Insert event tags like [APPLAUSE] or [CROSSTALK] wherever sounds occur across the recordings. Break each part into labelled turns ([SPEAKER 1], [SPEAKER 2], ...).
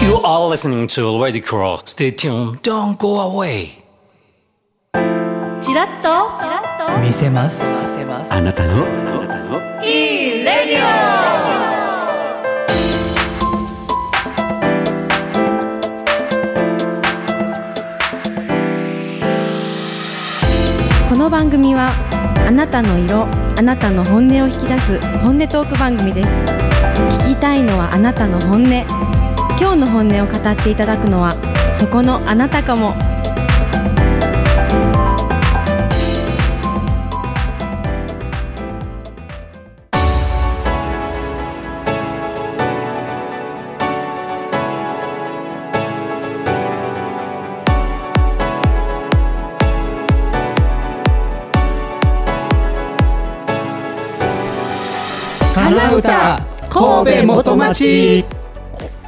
[SPEAKER 1] You are listening to Lady Crow. Stay tuned. Don't go away.
[SPEAKER 2] チラッと
[SPEAKER 3] 見せます
[SPEAKER 4] あなたの
[SPEAKER 2] いいレディ
[SPEAKER 5] この番組はあなたの色あなたの本音を引き出す本音トーク番組です聞きたいのはあなたの本音今日の本音を語っていただくのはそこのあなたかも
[SPEAKER 3] 花歌神戸元町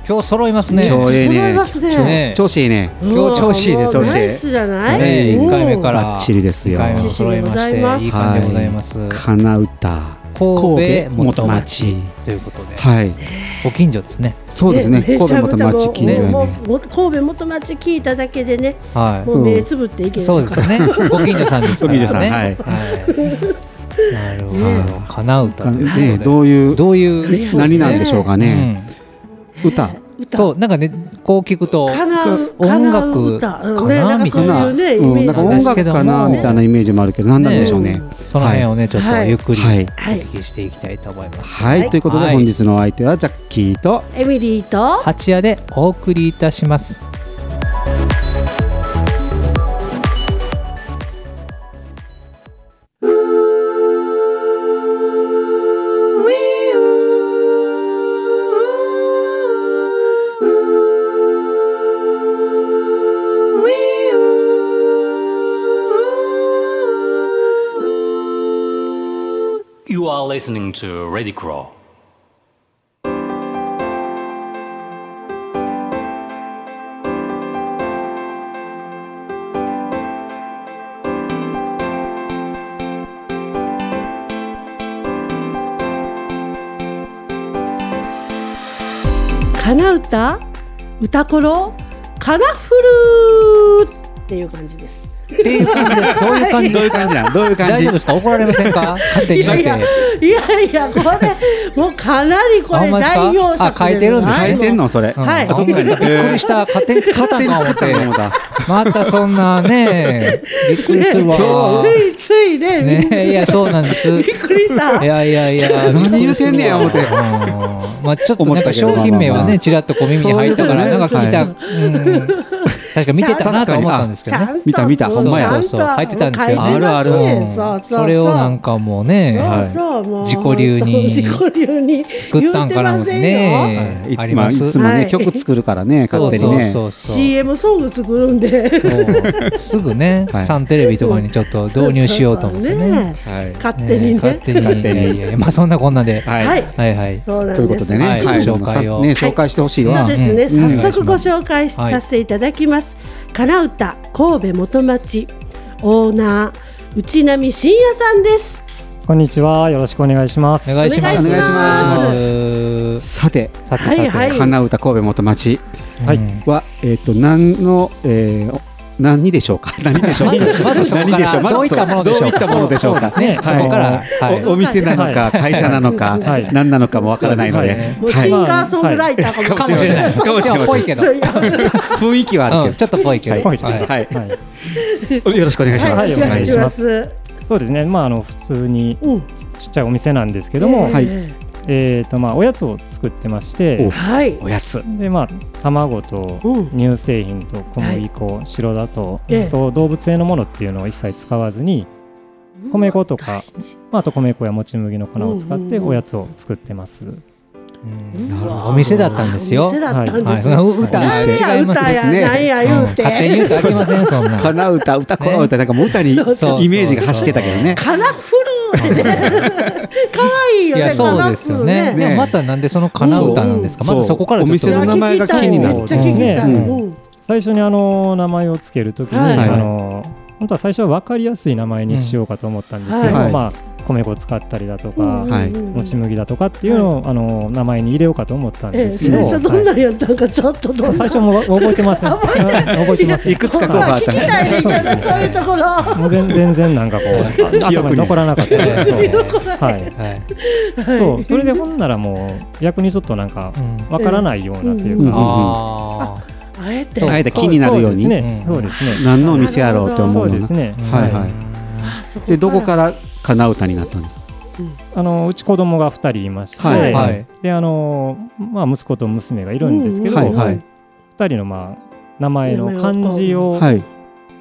[SPEAKER 3] 今日揃いますね
[SPEAKER 4] 超
[SPEAKER 5] オ
[SPEAKER 4] ええね
[SPEAKER 2] ますね
[SPEAKER 3] ね
[SPEAKER 4] 調子いいね
[SPEAKER 3] 今日調子いいです
[SPEAKER 2] う
[SPEAKER 3] 調
[SPEAKER 2] わ
[SPEAKER 3] 子
[SPEAKER 2] ナイスじゃない、
[SPEAKER 3] ね
[SPEAKER 2] うん
[SPEAKER 3] 一回目から
[SPEAKER 4] バッチリです
[SPEAKER 3] 一
[SPEAKER 4] よ
[SPEAKER 3] 回目も揃えま
[SPEAKER 2] バ
[SPEAKER 3] し
[SPEAKER 2] ッチ
[SPEAKER 3] て
[SPEAKER 2] リでございます
[SPEAKER 3] いい感じでございます
[SPEAKER 4] 花歌
[SPEAKER 3] 神戸元
[SPEAKER 4] 神
[SPEAKER 3] 町
[SPEAKER 4] 戸元
[SPEAKER 3] ということで
[SPEAKER 4] はい
[SPEAKER 3] お近所ですね
[SPEAKER 4] そうですね
[SPEAKER 2] め
[SPEAKER 4] 神
[SPEAKER 2] ち
[SPEAKER 4] 戸
[SPEAKER 2] ゃ
[SPEAKER 4] 元
[SPEAKER 2] くちゃ
[SPEAKER 4] 町近所や
[SPEAKER 2] もう
[SPEAKER 4] ね
[SPEAKER 2] もう神戸元町聞いただけでね、
[SPEAKER 3] は
[SPEAKER 2] もう目つぶっていけ
[SPEAKER 3] い
[SPEAKER 2] る
[SPEAKER 3] そうですねご近所さんですからね
[SPEAKER 4] ご近所さんはい
[SPEAKER 3] はいなるほど
[SPEAKER 4] ね
[SPEAKER 3] 叶う歌
[SPEAKER 4] か
[SPEAKER 3] ということ
[SPEAKER 4] ね
[SPEAKER 3] で
[SPEAKER 4] どういう
[SPEAKER 3] どういう
[SPEAKER 4] 何なんでしょうか
[SPEAKER 3] う
[SPEAKER 4] ね
[SPEAKER 3] ん
[SPEAKER 4] 歌
[SPEAKER 2] 歌
[SPEAKER 3] そうなんかねこう聞くと
[SPEAKER 2] かなう
[SPEAKER 3] 音
[SPEAKER 2] 叶
[SPEAKER 3] 楽
[SPEAKER 2] う歌、うん
[SPEAKER 3] か
[SPEAKER 2] ね、
[SPEAKER 3] な
[SPEAKER 2] なんか
[SPEAKER 3] み
[SPEAKER 2] そ
[SPEAKER 3] た
[SPEAKER 2] う
[SPEAKER 3] い
[SPEAKER 4] な
[SPEAKER 2] い
[SPEAKER 3] な
[SPEAKER 2] うねイメ
[SPEAKER 4] うんなん
[SPEAKER 2] ージ
[SPEAKER 4] か
[SPEAKER 3] で
[SPEAKER 4] 音
[SPEAKER 3] すけ
[SPEAKER 4] 楽
[SPEAKER 3] ども
[SPEAKER 4] かなみたいなイメージもあるけど何なんでしょうね
[SPEAKER 3] その辺をねちょっとゆっくり
[SPEAKER 4] はい
[SPEAKER 3] お聞きしていきたいと思います
[SPEAKER 4] はいということで
[SPEAKER 3] はい
[SPEAKER 4] 本日のお相手はジャッキーと
[SPEAKER 2] エミリーと
[SPEAKER 3] 八夜でお送りいたします
[SPEAKER 1] You are listening to Ready Crow.
[SPEAKER 2] かな歌歌ころカラフルっていう感じです
[SPEAKER 3] っていう感じですどういう感じ
[SPEAKER 4] どう
[SPEAKER 3] です
[SPEAKER 4] いう
[SPEAKER 3] か
[SPEAKER 4] 感じなんどういう感
[SPEAKER 3] 大
[SPEAKER 4] じ
[SPEAKER 3] 丈夫ですか怒られませんか勝手
[SPEAKER 2] い
[SPEAKER 3] にや
[SPEAKER 2] や
[SPEAKER 3] っ
[SPEAKER 2] いや
[SPEAKER 3] て
[SPEAKER 2] いやいやこれもうかなりこ
[SPEAKER 3] あ
[SPEAKER 2] れ
[SPEAKER 3] ほんまですか
[SPEAKER 2] 代表作
[SPEAKER 3] あ書いてるんですね
[SPEAKER 4] 書いてんのそれ
[SPEAKER 3] うん
[SPEAKER 2] はい
[SPEAKER 3] あほんまにびっくりした勝手に使っ
[SPEAKER 4] 勝
[SPEAKER 3] た
[SPEAKER 4] 手
[SPEAKER 3] ん
[SPEAKER 4] に
[SPEAKER 3] か
[SPEAKER 4] 作
[SPEAKER 3] 思
[SPEAKER 4] ったと思っ
[SPEAKER 3] って
[SPEAKER 4] た
[SPEAKER 3] またそんなねびっくりするわ
[SPEAKER 2] ついついね
[SPEAKER 3] ねいやそうなんです
[SPEAKER 2] びっくりした
[SPEAKER 3] いやいやいや、
[SPEAKER 4] [LAUGHS] 何言うてんねや思て
[SPEAKER 3] うんまあちょっとなんか商品名はね、ちらっとこう耳に入ったから、
[SPEAKER 4] そういう
[SPEAKER 3] なんか
[SPEAKER 4] ことね
[SPEAKER 3] 聞いた、うん確か見てたなと思ったんですけ
[SPEAKER 2] ち
[SPEAKER 3] ど
[SPEAKER 2] ゃ
[SPEAKER 3] ね。
[SPEAKER 2] んと
[SPEAKER 4] 見た見たほんまや
[SPEAKER 2] ちゃと
[SPEAKER 3] そうそうそう入ってたんですけどね
[SPEAKER 2] 書いてます
[SPEAKER 3] う
[SPEAKER 2] ね
[SPEAKER 3] ん
[SPEAKER 2] そうそう
[SPEAKER 3] それをなんかもうね、
[SPEAKER 4] はい
[SPEAKER 2] そうそうもう
[SPEAKER 3] 自己流に
[SPEAKER 2] [LAUGHS] 自己流に
[SPEAKER 3] 作ったんかな思って
[SPEAKER 2] 言うてませんよ
[SPEAKER 3] ね
[SPEAKER 4] い、
[SPEAKER 3] あります。
[SPEAKER 4] まあいつ
[SPEAKER 3] そ
[SPEAKER 4] もね、
[SPEAKER 2] はい
[SPEAKER 4] 曲作るからね勝
[SPEAKER 3] う
[SPEAKER 4] 手
[SPEAKER 3] [LAUGHS]
[SPEAKER 4] に
[SPEAKER 3] そう
[SPEAKER 4] ね
[SPEAKER 3] そうそう。
[SPEAKER 2] CM ソング作るんで
[SPEAKER 3] そうすぐね
[SPEAKER 4] は、い
[SPEAKER 3] サンテレビとかにちょっと導入しようと思って
[SPEAKER 2] そうそうそう
[SPEAKER 3] ね。
[SPEAKER 4] はい
[SPEAKER 2] 勝手に
[SPEAKER 3] ね
[SPEAKER 2] ね
[SPEAKER 3] 勝手に。
[SPEAKER 4] 勝
[SPEAKER 3] い
[SPEAKER 4] 手に
[SPEAKER 3] やいやいや、まあそんなこんなで。
[SPEAKER 4] はい、
[SPEAKER 2] はい
[SPEAKER 3] はいはい。
[SPEAKER 2] そうなんです
[SPEAKER 4] ということでね、
[SPEAKER 3] はい
[SPEAKER 4] はい、
[SPEAKER 3] 紹介を
[SPEAKER 4] ね紹介してほしいわ、
[SPEAKER 2] そうですね、
[SPEAKER 4] うん
[SPEAKER 2] 早速ご紹介し
[SPEAKER 3] はい
[SPEAKER 2] させていただきます。かなうた神戸元町オーナー内波真也さんです。
[SPEAKER 6] こんにちは。よろしくお願いします。
[SPEAKER 3] お願いします。。
[SPEAKER 4] お願いしますさて
[SPEAKER 3] さてさ
[SPEAKER 2] は
[SPEAKER 3] て
[SPEAKER 2] い。はい
[SPEAKER 4] 花歌神戸元町
[SPEAKER 6] はい
[SPEAKER 3] うん
[SPEAKER 4] はえっ、と何の、えー、お何でしょうか [LAUGHS] 何でしょう
[SPEAKER 3] ま
[SPEAKER 4] か
[SPEAKER 3] ずまずそこから
[SPEAKER 4] 何でしょうまず
[SPEAKER 3] どういったものでしょうか
[SPEAKER 4] どいったものでしょうか
[SPEAKER 3] そうですね
[SPEAKER 4] はい
[SPEAKER 3] そこからはい
[SPEAKER 4] おお店なの
[SPEAKER 6] は
[SPEAKER 4] か
[SPEAKER 6] い
[SPEAKER 4] 会社なのか、
[SPEAKER 6] はい
[SPEAKER 4] 何なのかもわからないので、
[SPEAKER 3] そうですね
[SPEAKER 2] もうシンガーソングライターかも
[SPEAKER 3] か
[SPEAKER 2] し
[SPEAKER 3] も
[SPEAKER 2] れ
[SPEAKER 3] し
[SPEAKER 2] ない。
[SPEAKER 3] れない。
[SPEAKER 4] かもしれ
[SPEAKER 3] 今
[SPEAKER 4] ません
[SPEAKER 3] 日っぽいけど。
[SPEAKER 2] そういや
[SPEAKER 4] 雰囲気はあ
[SPEAKER 3] う
[SPEAKER 4] る
[SPEAKER 3] ん
[SPEAKER 4] け
[SPEAKER 3] ちょっとぽいけど。
[SPEAKER 6] ぽいですね
[SPEAKER 4] ど、はい、
[SPEAKER 6] はい。
[SPEAKER 4] よろしくお願いしま
[SPEAKER 6] はい
[SPEAKER 4] す、
[SPEAKER 2] お願いします。
[SPEAKER 6] そうですね。まああの普通に
[SPEAKER 2] うん、
[SPEAKER 6] ちっちゃいお店なんですけど
[SPEAKER 2] え
[SPEAKER 6] も、
[SPEAKER 2] ー
[SPEAKER 4] はい
[SPEAKER 6] えっとまあおやつを作ってまし
[SPEAKER 4] お
[SPEAKER 6] て、
[SPEAKER 2] はい。
[SPEAKER 4] おやつ
[SPEAKER 6] でまあ卵と
[SPEAKER 2] うん
[SPEAKER 6] 乳製品と小麦粉、白だと、
[SPEAKER 2] ええ
[SPEAKER 6] あと動物性のものっていうのを一切使わずに、米粉とかまああと米粉やもち麦の粉を使っ
[SPEAKER 2] うんうん
[SPEAKER 6] て
[SPEAKER 2] うん
[SPEAKER 6] おやつを作ってます。
[SPEAKER 3] うん
[SPEAKER 2] うわ
[SPEAKER 3] お店だったんですよ
[SPEAKER 2] お店だったん
[SPEAKER 3] はい。
[SPEAKER 2] です
[SPEAKER 3] その
[SPEAKER 2] よ。
[SPEAKER 3] 歌
[SPEAKER 4] お
[SPEAKER 2] なん
[SPEAKER 4] 店
[SPEAKER 2] じゃ
[SPEAKER 3] 違います
[SPEAKER 2] 歌
[SPEAKER 3] よ。
[SPEAKER 2] や、
[SPEAKER 4] ね
[SPEAKER 2] なんや
[SPEAKER 3] うん
[SPEAKER 2] 言う
[SPEAKER 3] 勝手に言うと
[SPEAKER 2] て。
[SPEAKER 3] あきませんそんな。
[SPEAKER 4] 花歌歌この歌なんかもう歌にイメ
[SPEAKER 2] そう
[SPEAKER 3] そう
[SPEAKER 4] ージが走ってたけどね
[SPEAKER 2] カラフル。可愛い
[SPEAKER 3] い
[SPEAKER 2] よね。
[SPEAKER 3] やそうですよね。
[SPEAKER 4] ね
[SPEAKER 3] でもまたなんでその叶う歌なんですか。
[SPEAKER 4] そ
[SPEAKER 3] ま
[SPEAKER 4] う
[SPEAKER 3] ずそこからちょっ
[SPEAKER 4] そうお店の
[SPEAKER 3] と
[SPEAKER 4] 名前が気になる
[SPEAKER 2] めっちゃ聞きたい。
[SPEAKER 6] うん
[SPEAKER 2] うん
[SPEAKER 6] 最初にあの名前をつけるときに、
[SPEAKER 2] はい
[SPEAKER 6] あの本当は最初は分かりやすい名前にしようかと思ったんですけど
[SPEAKER 4] うんはい
[SPEAKER 6] まあ、米粉を使ったりだとか、
[SPEAKER 4] んはい
[SPEAKER 6] もち麦だとかっていうのを、あの名前に入れようかと思ったん
[SPEAKER 2] ええ、
[SPEAKER 6] ですけ
[SPEAKER 2] 最
[SPEAKER 6] ど、
[SPEAKER 2] 初どん
[SPEAKER 6] は
[SPEAKER 2] なやったんかちょっとどん
[SPEAKER 6] い
[SPEAKER 2] [LAUGHS] な
[SPEAKER 6] 最初も覚えてません覚えてません
[SPEAKER 4] いくつか候補
[SPEAKER 2] ほ
[SPEAKER 4] あ
[SPEAKER 2] ら
[SPEAKER 4] っ
[SPEAKER 2] 聞
[SPEAKER 4] た
[SPEAKER 2] きたいねいろんなそういうところ
[SPEAKER 6] もう全全然なんかこ
[SPEAKER 4] 記憶
[SPEAKER 6] う頭
[SPEAKER 4] に
[SPEAKER 6] に残らなかったで
[SPEAKER 2] [LAUGHS]
[SPEAKER 7] 記憶に
[SPEAKER 6] そうはい
[SPEAKER 7] はい。
[SPEAKER 6] そうそれでほんならもう逆にちょっとなんか
[SPEAKER 7] うん
[SPEAKER 6] わからないようなっていう
[SPEAKER 4] うん
[SPEAKER 6] か、
[SPEAKER 7] ああ。
[SPEAKER 2] あえて
[SPEAKER 7] そう
[SPEAKER 4] あえて気になるように
[SPEAKER 6] ねそうですね、
[SPEAKER 4] 何のお店やろうって思
[SPEAKER 6] そうう
[SPEAKER 4] の
[SPEAKER 6] です
[SPEAKER 4] が
[SPEAKER 6] ね、
[SPEAKER 4] んはいはい
[SPEAKER 2] あそこ
[SPEAKER 4] でどこからかなうたになったんですか
[SPEAKER 6] あのうち子供が2人いまして、
[SPEAKER 4] はい
[SPEAKER 7] はい
[SPEAKER 6] であの、まあ、息子と娘がいるんですけど、
[SPEAKER 4] は
[SPEAKER 6] 二
[SPEAKER 4] いはい
[SPEAKER 6] 2人のまあ名前の漢字を、
[SPEAKER 4] はい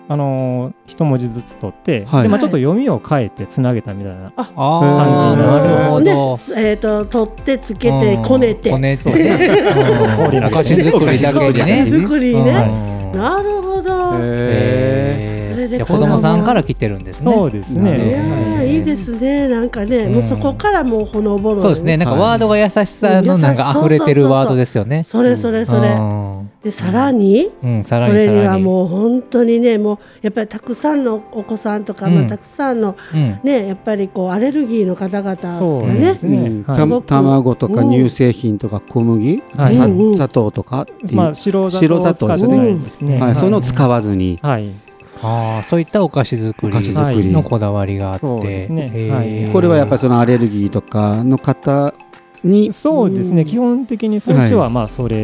[SPEAKER 6] あの一文字ずつ取って、
[SPEAKER 4] はい
[SPEAKER 6] でまあ、ちょっと読みを変えてつなげたみたいな、
[SPEAKER 7] ああ。
[SPEAKER 6] 感じに
[SPEAKER 7] なるほど。
[SPEAKER 2] ねえっと取ってつけ
[SPEAKER 7] う
[SPEAKER 2] て
[SPEAKER 7] ん
[SPEAKER 2] こねて
[SPEAKER 7] こねてね。うんお菓子作りだけで
[SPEAKER 2] 手
[SPEAKER 7] ね。
[SPEAKER 2] 作り
[SPEAKER 7] う
[SPEAKER 2] ね
[SPEAKER 7] ん
[SPEAKER 2] なるほどね
[SPEAKER 4] え
[SPEAKER 2] それ
[SPEAKER 7] え
[SPEAKER 2] で
[SPEAKER 7] じゃあ子供さんから来てるんですね。
[SPEAKER 6] そうです
[SPEAKER 7] なるほど
[SPEAKER 6] ね
[SPEAKER 2] えいいですねなんかね
[SPEAKER 7] うん
[SPEAKER 2] もうそこからもうほのぼの
[SPEAKER 7] そうですね。なんか
[SPEAKER 4] はい
[SPEAKER 7] ワードが優しさのなんか溢れてるワードですよね。
[SPEAKER 2] それそれそれ
[SPEAKER 7] うん
[SPEAKER 2] でさらに
[SPEAKER 7] うん、さ
[SPEAKER 2] こ
[SPEAKER 7] らに
[SPEAKER 2] れ
[SPEAKER 7] さ
[SPEAKER 2] に
[SPEAKER 7] ら
[SPEAKER 2] は
[SPEAKER 7] に。
[SPEAKER 2] もう本当にねもうやっぱりたくさんのお子さんとか、
[SPEAKER 7] うん
[SPEAKER 2] まあ、たくさんの
[SPEAKER 7] うん、
[SPEAKER 2] ねやっぱりこうアレルギーの方々
[SPEAKER 6] そ
[SPEAKER 2] が
[SPEAKER 6] うで
[SPEAKER 2] ね
[SPEAKER 6] すね、
[SPEAKER 4] うん
[SPEAKER 6] はい
[SPEAKER 4] た卵とか
[SPEAKER 2] うん
[SPEAKER 4] 乳製品とか小麦、
[SPEAKER 6] はい
[SPEAKER 4] さ
[SPEAKER 2] うんうん
[SPEAKER 4] 砂糖とかっていう、
[SPEAKER 6] まあ、白砂糖を使ってないですね。
[SPEAKER 4] はい、そういうのを
[SPEAKER 6] はい
[SPEAKER 4] 使わずに、
[SPEAKER 6] はい、
[SPEAKER 7] ああ、そういったお菓子作
[SPEAKER 4] お菓
[SPEAKER 7] り
[SPEAKER 4] 子作り
[SPEAKER 7] のこだわりがあって。
[SPEAKER 6] そうですね
[SPEAKER 7] へえ
[SPEAKER 6] はい
[SPEAKER 4] これはやっぱりそのアレルギーとかの方に
[SPEAKER 6] そうですね、基本的に最初
[SPEAKER 4] は
[SPEAKER 6] はまあそれ、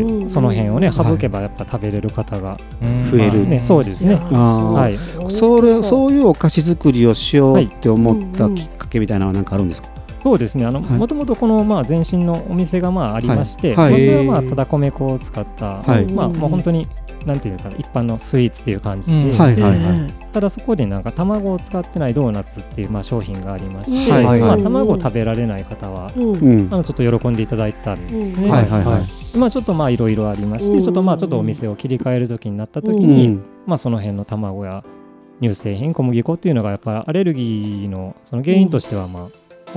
[SPEAKER 2] うん
[SPEAKER 6] その辺をね
[SPEAKER 4] はい
[SPEAKER 6] 省けばやっぱ食べれる方が、
[SPEAKER 7] うん
[SPEAKER 4] 増える
[SPEAKER 6] まあね、そうですね、
[SPEAKER 4] あ
[SPEAKER 6] はい
[SPEAKER 4] ーそれそういうお菓子作りをしようって思った
[SPEAKER 2] はい
[SPEAKER 4] きっかけみたいなのは何かあるんですか、
[SPEAKER 6] そうですねあの、
[SPEAKER 4] はい
[SPEAKER 6] もともとこのまあ前身のお店がまあありまして、
[SPEAKER 4] はい
[SPEAKER 6] ま
[SPEAKER 4] は
[SPEAKER 6] あ、
[SPEAKER 4] い
[SPEAKER 6] それはまあただ米粉を使った、
[SPEAKER 4] はい
[SPEAKER 6] まあもう本当になんていうのかな一般のスイーツっていう感じで、
[SPEAKER 7] うん
[SPEAKER 4] はいはいはい、
[SPEAKER 6] ただそこでなんか卵を使ってないドーナツっていうまあ商品がありまして、
[SPEAKER 4] はいはい
[SPEAKER 6] まあ、卵を食べられない方は、
[SPEAKER 2] うん
[SPEAKER 4] う
[SPEAKER 2] う
[SPEAKER 4] ん
[SPEAKER 2] ん
[SPEAKER 6] あのちょっと喜んでいただいてたんですね。
[SPEAKER 4] はいはいはい、
[SPEAKER 6] まあちょっとまあいろいろありまして、
[SPEAKER 2] うん
[SPEAKER 6] ちょっとまあちょっとお店を切り替える時になった時
[SPEAKER 4] う
[SPEAKER 6] に、
[SPEAKER 4] ん
[SPEAKER 6] まあその辺の卵や乳製品小麦粉っていうのがやっぱアレルギーのその原因としてはまあ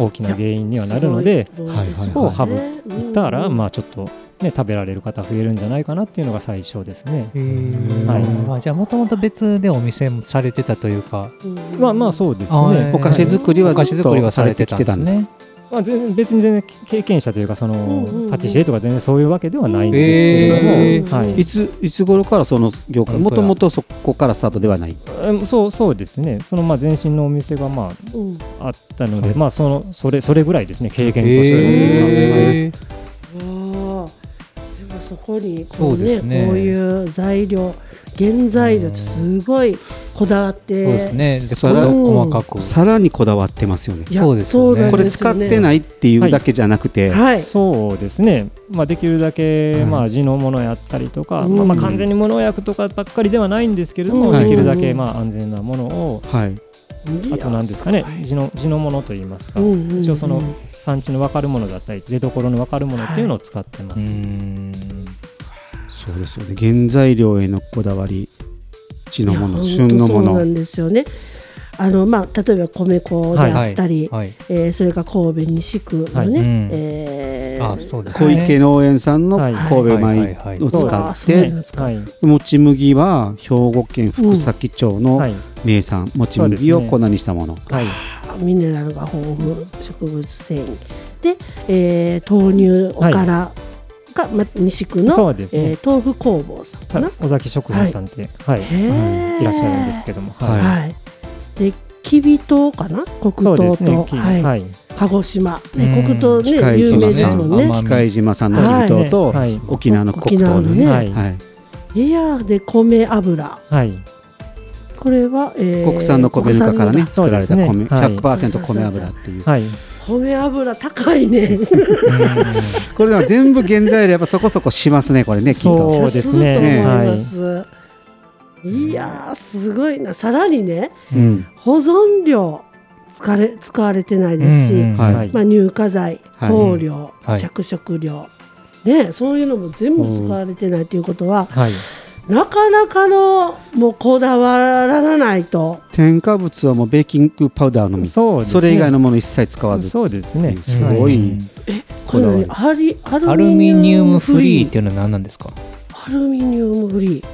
[SPEAKER 6] 大きな原因にはなるので、
[SPEAKER 2] すごい
[SPEAKER 4] はいはいはい
[SPEAKER 2] す
[SPEAKER 6] そ
[SPEAKER 2] ご
[SPEAKER 6] こを省
[SPEAKER 2] い
[SPEAKER 6] いたら
[SPEAKER 2] うん
[SPEAKER 6] まあちょっとね食べられる方増えるんじゃないかなっていうのが最初ですね。
[SPEAKER 7] へえ
[SPEAKER 6] はい
[SPEAKER 7] まあ、じゃあ、もともと別でお店もされてたというか。
[SPEAKER 2] うん
[SPEAKER 6] まあまあそうです
[SPEAKER 7] あー
[SPEAKER 6] ね。
[SPEAKER 4] お菓子作りは
[SPEAKER 7] お菓
[SPEAKER 4] ず
[SPEAKER 7] 子
[SPEAKER 4] っ
[SPEAKER 7] 作り
[SPEAKER 4] と
[SPEAKER 7] はさ
[SPEAKER 4] され
[SPEAKER 7] れ
[SPEAKER 4] て
[SPEAKER 7] て
[SPEAKER 4] き
[SPEAKER 7] た
[SPEAKER 4] て
[SPEAKER 7] んで
[SPEAKER 4] たん
[SPEAKER 7] す
[SPEAKER 4] ですか
[SPEAKER 7] ね。
[SPEAKER 6] まあ全然別に全然経験者というかその
[SPEAKER 2] うんうん
[SPEAKER 6] パティシエとか全然そういうわけではないんですけれども、
[SPEAKER 2] うん
[SPEAKER 6] はい
[SPEAKER 4] いついつ頃からその業界
[SPEAKER 7] 本
[SPEAKER 4] も
[SPEAKER 7] 当
[SPEAKER 4] と
[SPEAKER 7] や
[SPEAKER 4] もとそこからスタートではない
[SPEAKER 6] うんそうそうですね。そのまあ前身のお店がま
[SPEAKER 2] うん
[SPEAKER 6] ああったので、まあそのそれそれぐらいですね経験としては。はい
[SPEAKER 7] へえ
[SPEAKER 2] わあでもそこにこう,、
[SPEAKER 7] そう
[SPEAKER 2] ね
[SPEAKER 7] ですね
[SPEAKER 2] こういう材料原材料ってすごいこだわって、
[SPEAKER 7] そうですね。で、
[SPEAKER 4] それ
[SPEAKER 7] 細かく。
[SPEAKER 4] さらにこだわってますよね
[SPEAKER 2] いや
[SPEAKER 7] そうですよね
[SPEAKER 2] なん
[SPEAKER 4] これ使ってないっていうだけじゃなくて、
[SPEAKER 2] はい
[SPEAKER 6] そうですね、まあ、できるだけ、
[SPEAKER 4] はい
[SPEAKER 6] まあ、地のものやったりとか、
[SPEAKER 2] うん
[SPEAKER 6] まあまあ、完全に無農薬とかばっかりではないんですけれど
[SPEAKER 2] う
[SPEAKER 6] も、
[SPEAKER 2] ん
[SPEAKER 6] できるだ
[SPEAKER 2] はい
[SPEAKER 6] け、まあ、安全なものを、
[SPEAKER 4] はい
[SPEAKER 6] あと何ですかね地の地のものといいますか、
[SPEAKER 2] うんうんうん
[SPEAKER 6] 一応その産地の分かるものだったり出どころの分かるものっていうのを使ってま
[SPEAKER 7] う
[SPEAKER 6] す、
[SPEAKER 7] ん。
[SPEAKER 4] そうですよね原材料へのこだわり地のもの
[SPEAKER 2] いや
[SPEAKER 4] 旬のも
[SPEAKER 2] 本当そうな
[SPEAKER 4] の
[SPEAKER 2] んですよねあの、まあ、例えば米粉であったり、
[SPEAKER 7] はい。
[SPEAKER 2] えーそれから神戸西区のね、
[SPEAKER 6] はい
[SPEAKER 7] うん
[SPEAKER 2] えー
[SPEAKER 7] あ、そうです
[SPEAKER 4] 小
[SPEAKER 7] ね。
[SPEAKER 4] 池農園さんの
[SPEAKER 6] はい
[SPEAKER 4] 神戸米を
[SPEAKER 2] う
[SPEAKER 4] 使
[SPEAKER 2] わ
[SPEAKER 4] っ
[SPEAKER 2] そうなん
[SPEAKER 4] て
[SPEAKER 2] ですか
[SPEAKER 6] はい
[SPEAKER 4] もち麦は兵庫県福崎町
[SPEAKER 6] は
[SPEAKER 4] の
[SPEAKER 6] い
[SPEAKER 4] 名産もち麦を粉にしたもの
[SPEAKER 6] はい
[SPEAKER 2] ミネラルが豊富植物繊維で、えー豆乳おからが、ま、西区の、
[SPEAKER 6] そうです
[SPEAKER 2] え
[SPEAKER 6] ね、
[SPEAKER 2] ー豆腐工房さんかな、
[SPEAKER 6] はい尾崎食品さんって、はい
[SPEAKER 2] へー
[SPEAKER 6] うんいらっしゃるんですけども、
[SPEAKER 4] は
[SPEAKER 6] はいい
[SPEAKER 2] はい、できび糖かな黒
[SPEAKER 6] そうで
[SPEAKER 2] 糖
[SPEAKER 6] す
[SPEAKER 2] と、
[SPEAKER 6] ね、
[SPEAKER 2] はい
[SPEAKER 6] はい
[SPEAKER 2] 鹿児島、
[SPEAKER 7] う
[SPEAKER 2] ね、
[SPEAKER 7] ん
[SPEAKER 2] 黒糖ね
[SPEAKER 4] 機械
[SPEAKER 2] 有名です
[SPEAKER 4] 島
[SPEAKER 2] もん
[SPEAKER 4] 産、
[SPEAKER 2] ね
[SPEAKER 7] あ
[SPEAKER 4] 機械島産のきび糖と
[SPEAKER 6] はい
[SPEAKER 4] 沖縄の黒糖
[SPEAKER 2] 沖縄のね
[SPEAKER 4] ね
[SPEAKER 6] はい
[SPEAKER 4] はい
[SPEAKER 2] いやーで米油
[SPEAKER 6] はい
[SPEAKER 2] これは、えー
[SPEAKER 4] 国産の米ぬかからね
[SPEAKER 2] 国産のだ
[SPEAKER 4] 作られた
[SPEAKER 6] そうで
[SPEAKER 4] 米
[SPEAKER 6] すねはい
[SPEAKER 4] 100%米油っていう
[SPEAKER 6] はい
[SPEAKER 2] 米油高いね
[SPEAKER 4] これでも全部原材料やっぱそこそこしますねこれねきっ
[SPEAKER 6] そう
[SPEAKER 4] と
[SPEAKER 6] ですね
[SPEAKER 2] ると思います、い、やーすごいなさらにね
[SPEAKER 4] うん
[SPEAKER 2] 保存料使れ使われてないですし、
[SPEAKER 4] はい
[SPEAKER 6] はい
[SPEAKER 2] まあ、乳化剤
[SPEAKER 4] はい
[SPEAKER 2] 香料、
[SPEAKER 7] はい
[SPEAKER 2] 着色料ね、そういうのも全部使われてないということは、
[SPEAKER 6] はい
[SPEAKER 2] なかなかのもうこだわらないと、
[SPEAKER 4] 添加物はもうベーキングパウダーのみそ
[SPEAKER 6] そうですね
[SPEAKER 4] れ以外のもの一切使わず
[SPEAKER 6] そうです
[SPEAKER 4] っ
[SPEAKER 6] ね
[SPEAKER 4] ていうすごい
[SPEAKER 2] これ何アリア
[SPEAKER 7] アル
[SPEAKER 2] ルミ
[SPEAKER 7] ミ
[SPEAKER 2] ニ
[SPEAKER 7] ニ
[SPEAKER 2] ウ
[SPEAKER 7] ウ
[SPEAKER 2] ム
[SPEAKER 7] ム
[SPEAKER 2] フ
[SPEAKER 7] フ
[SPEAKER 2] リ
[SPEAKER 7] リーっ
[SPEAKER 2] ー
[SPEAKER 7] ていうのは何なんですか
[SPEAKER 2] アルミニウムフリー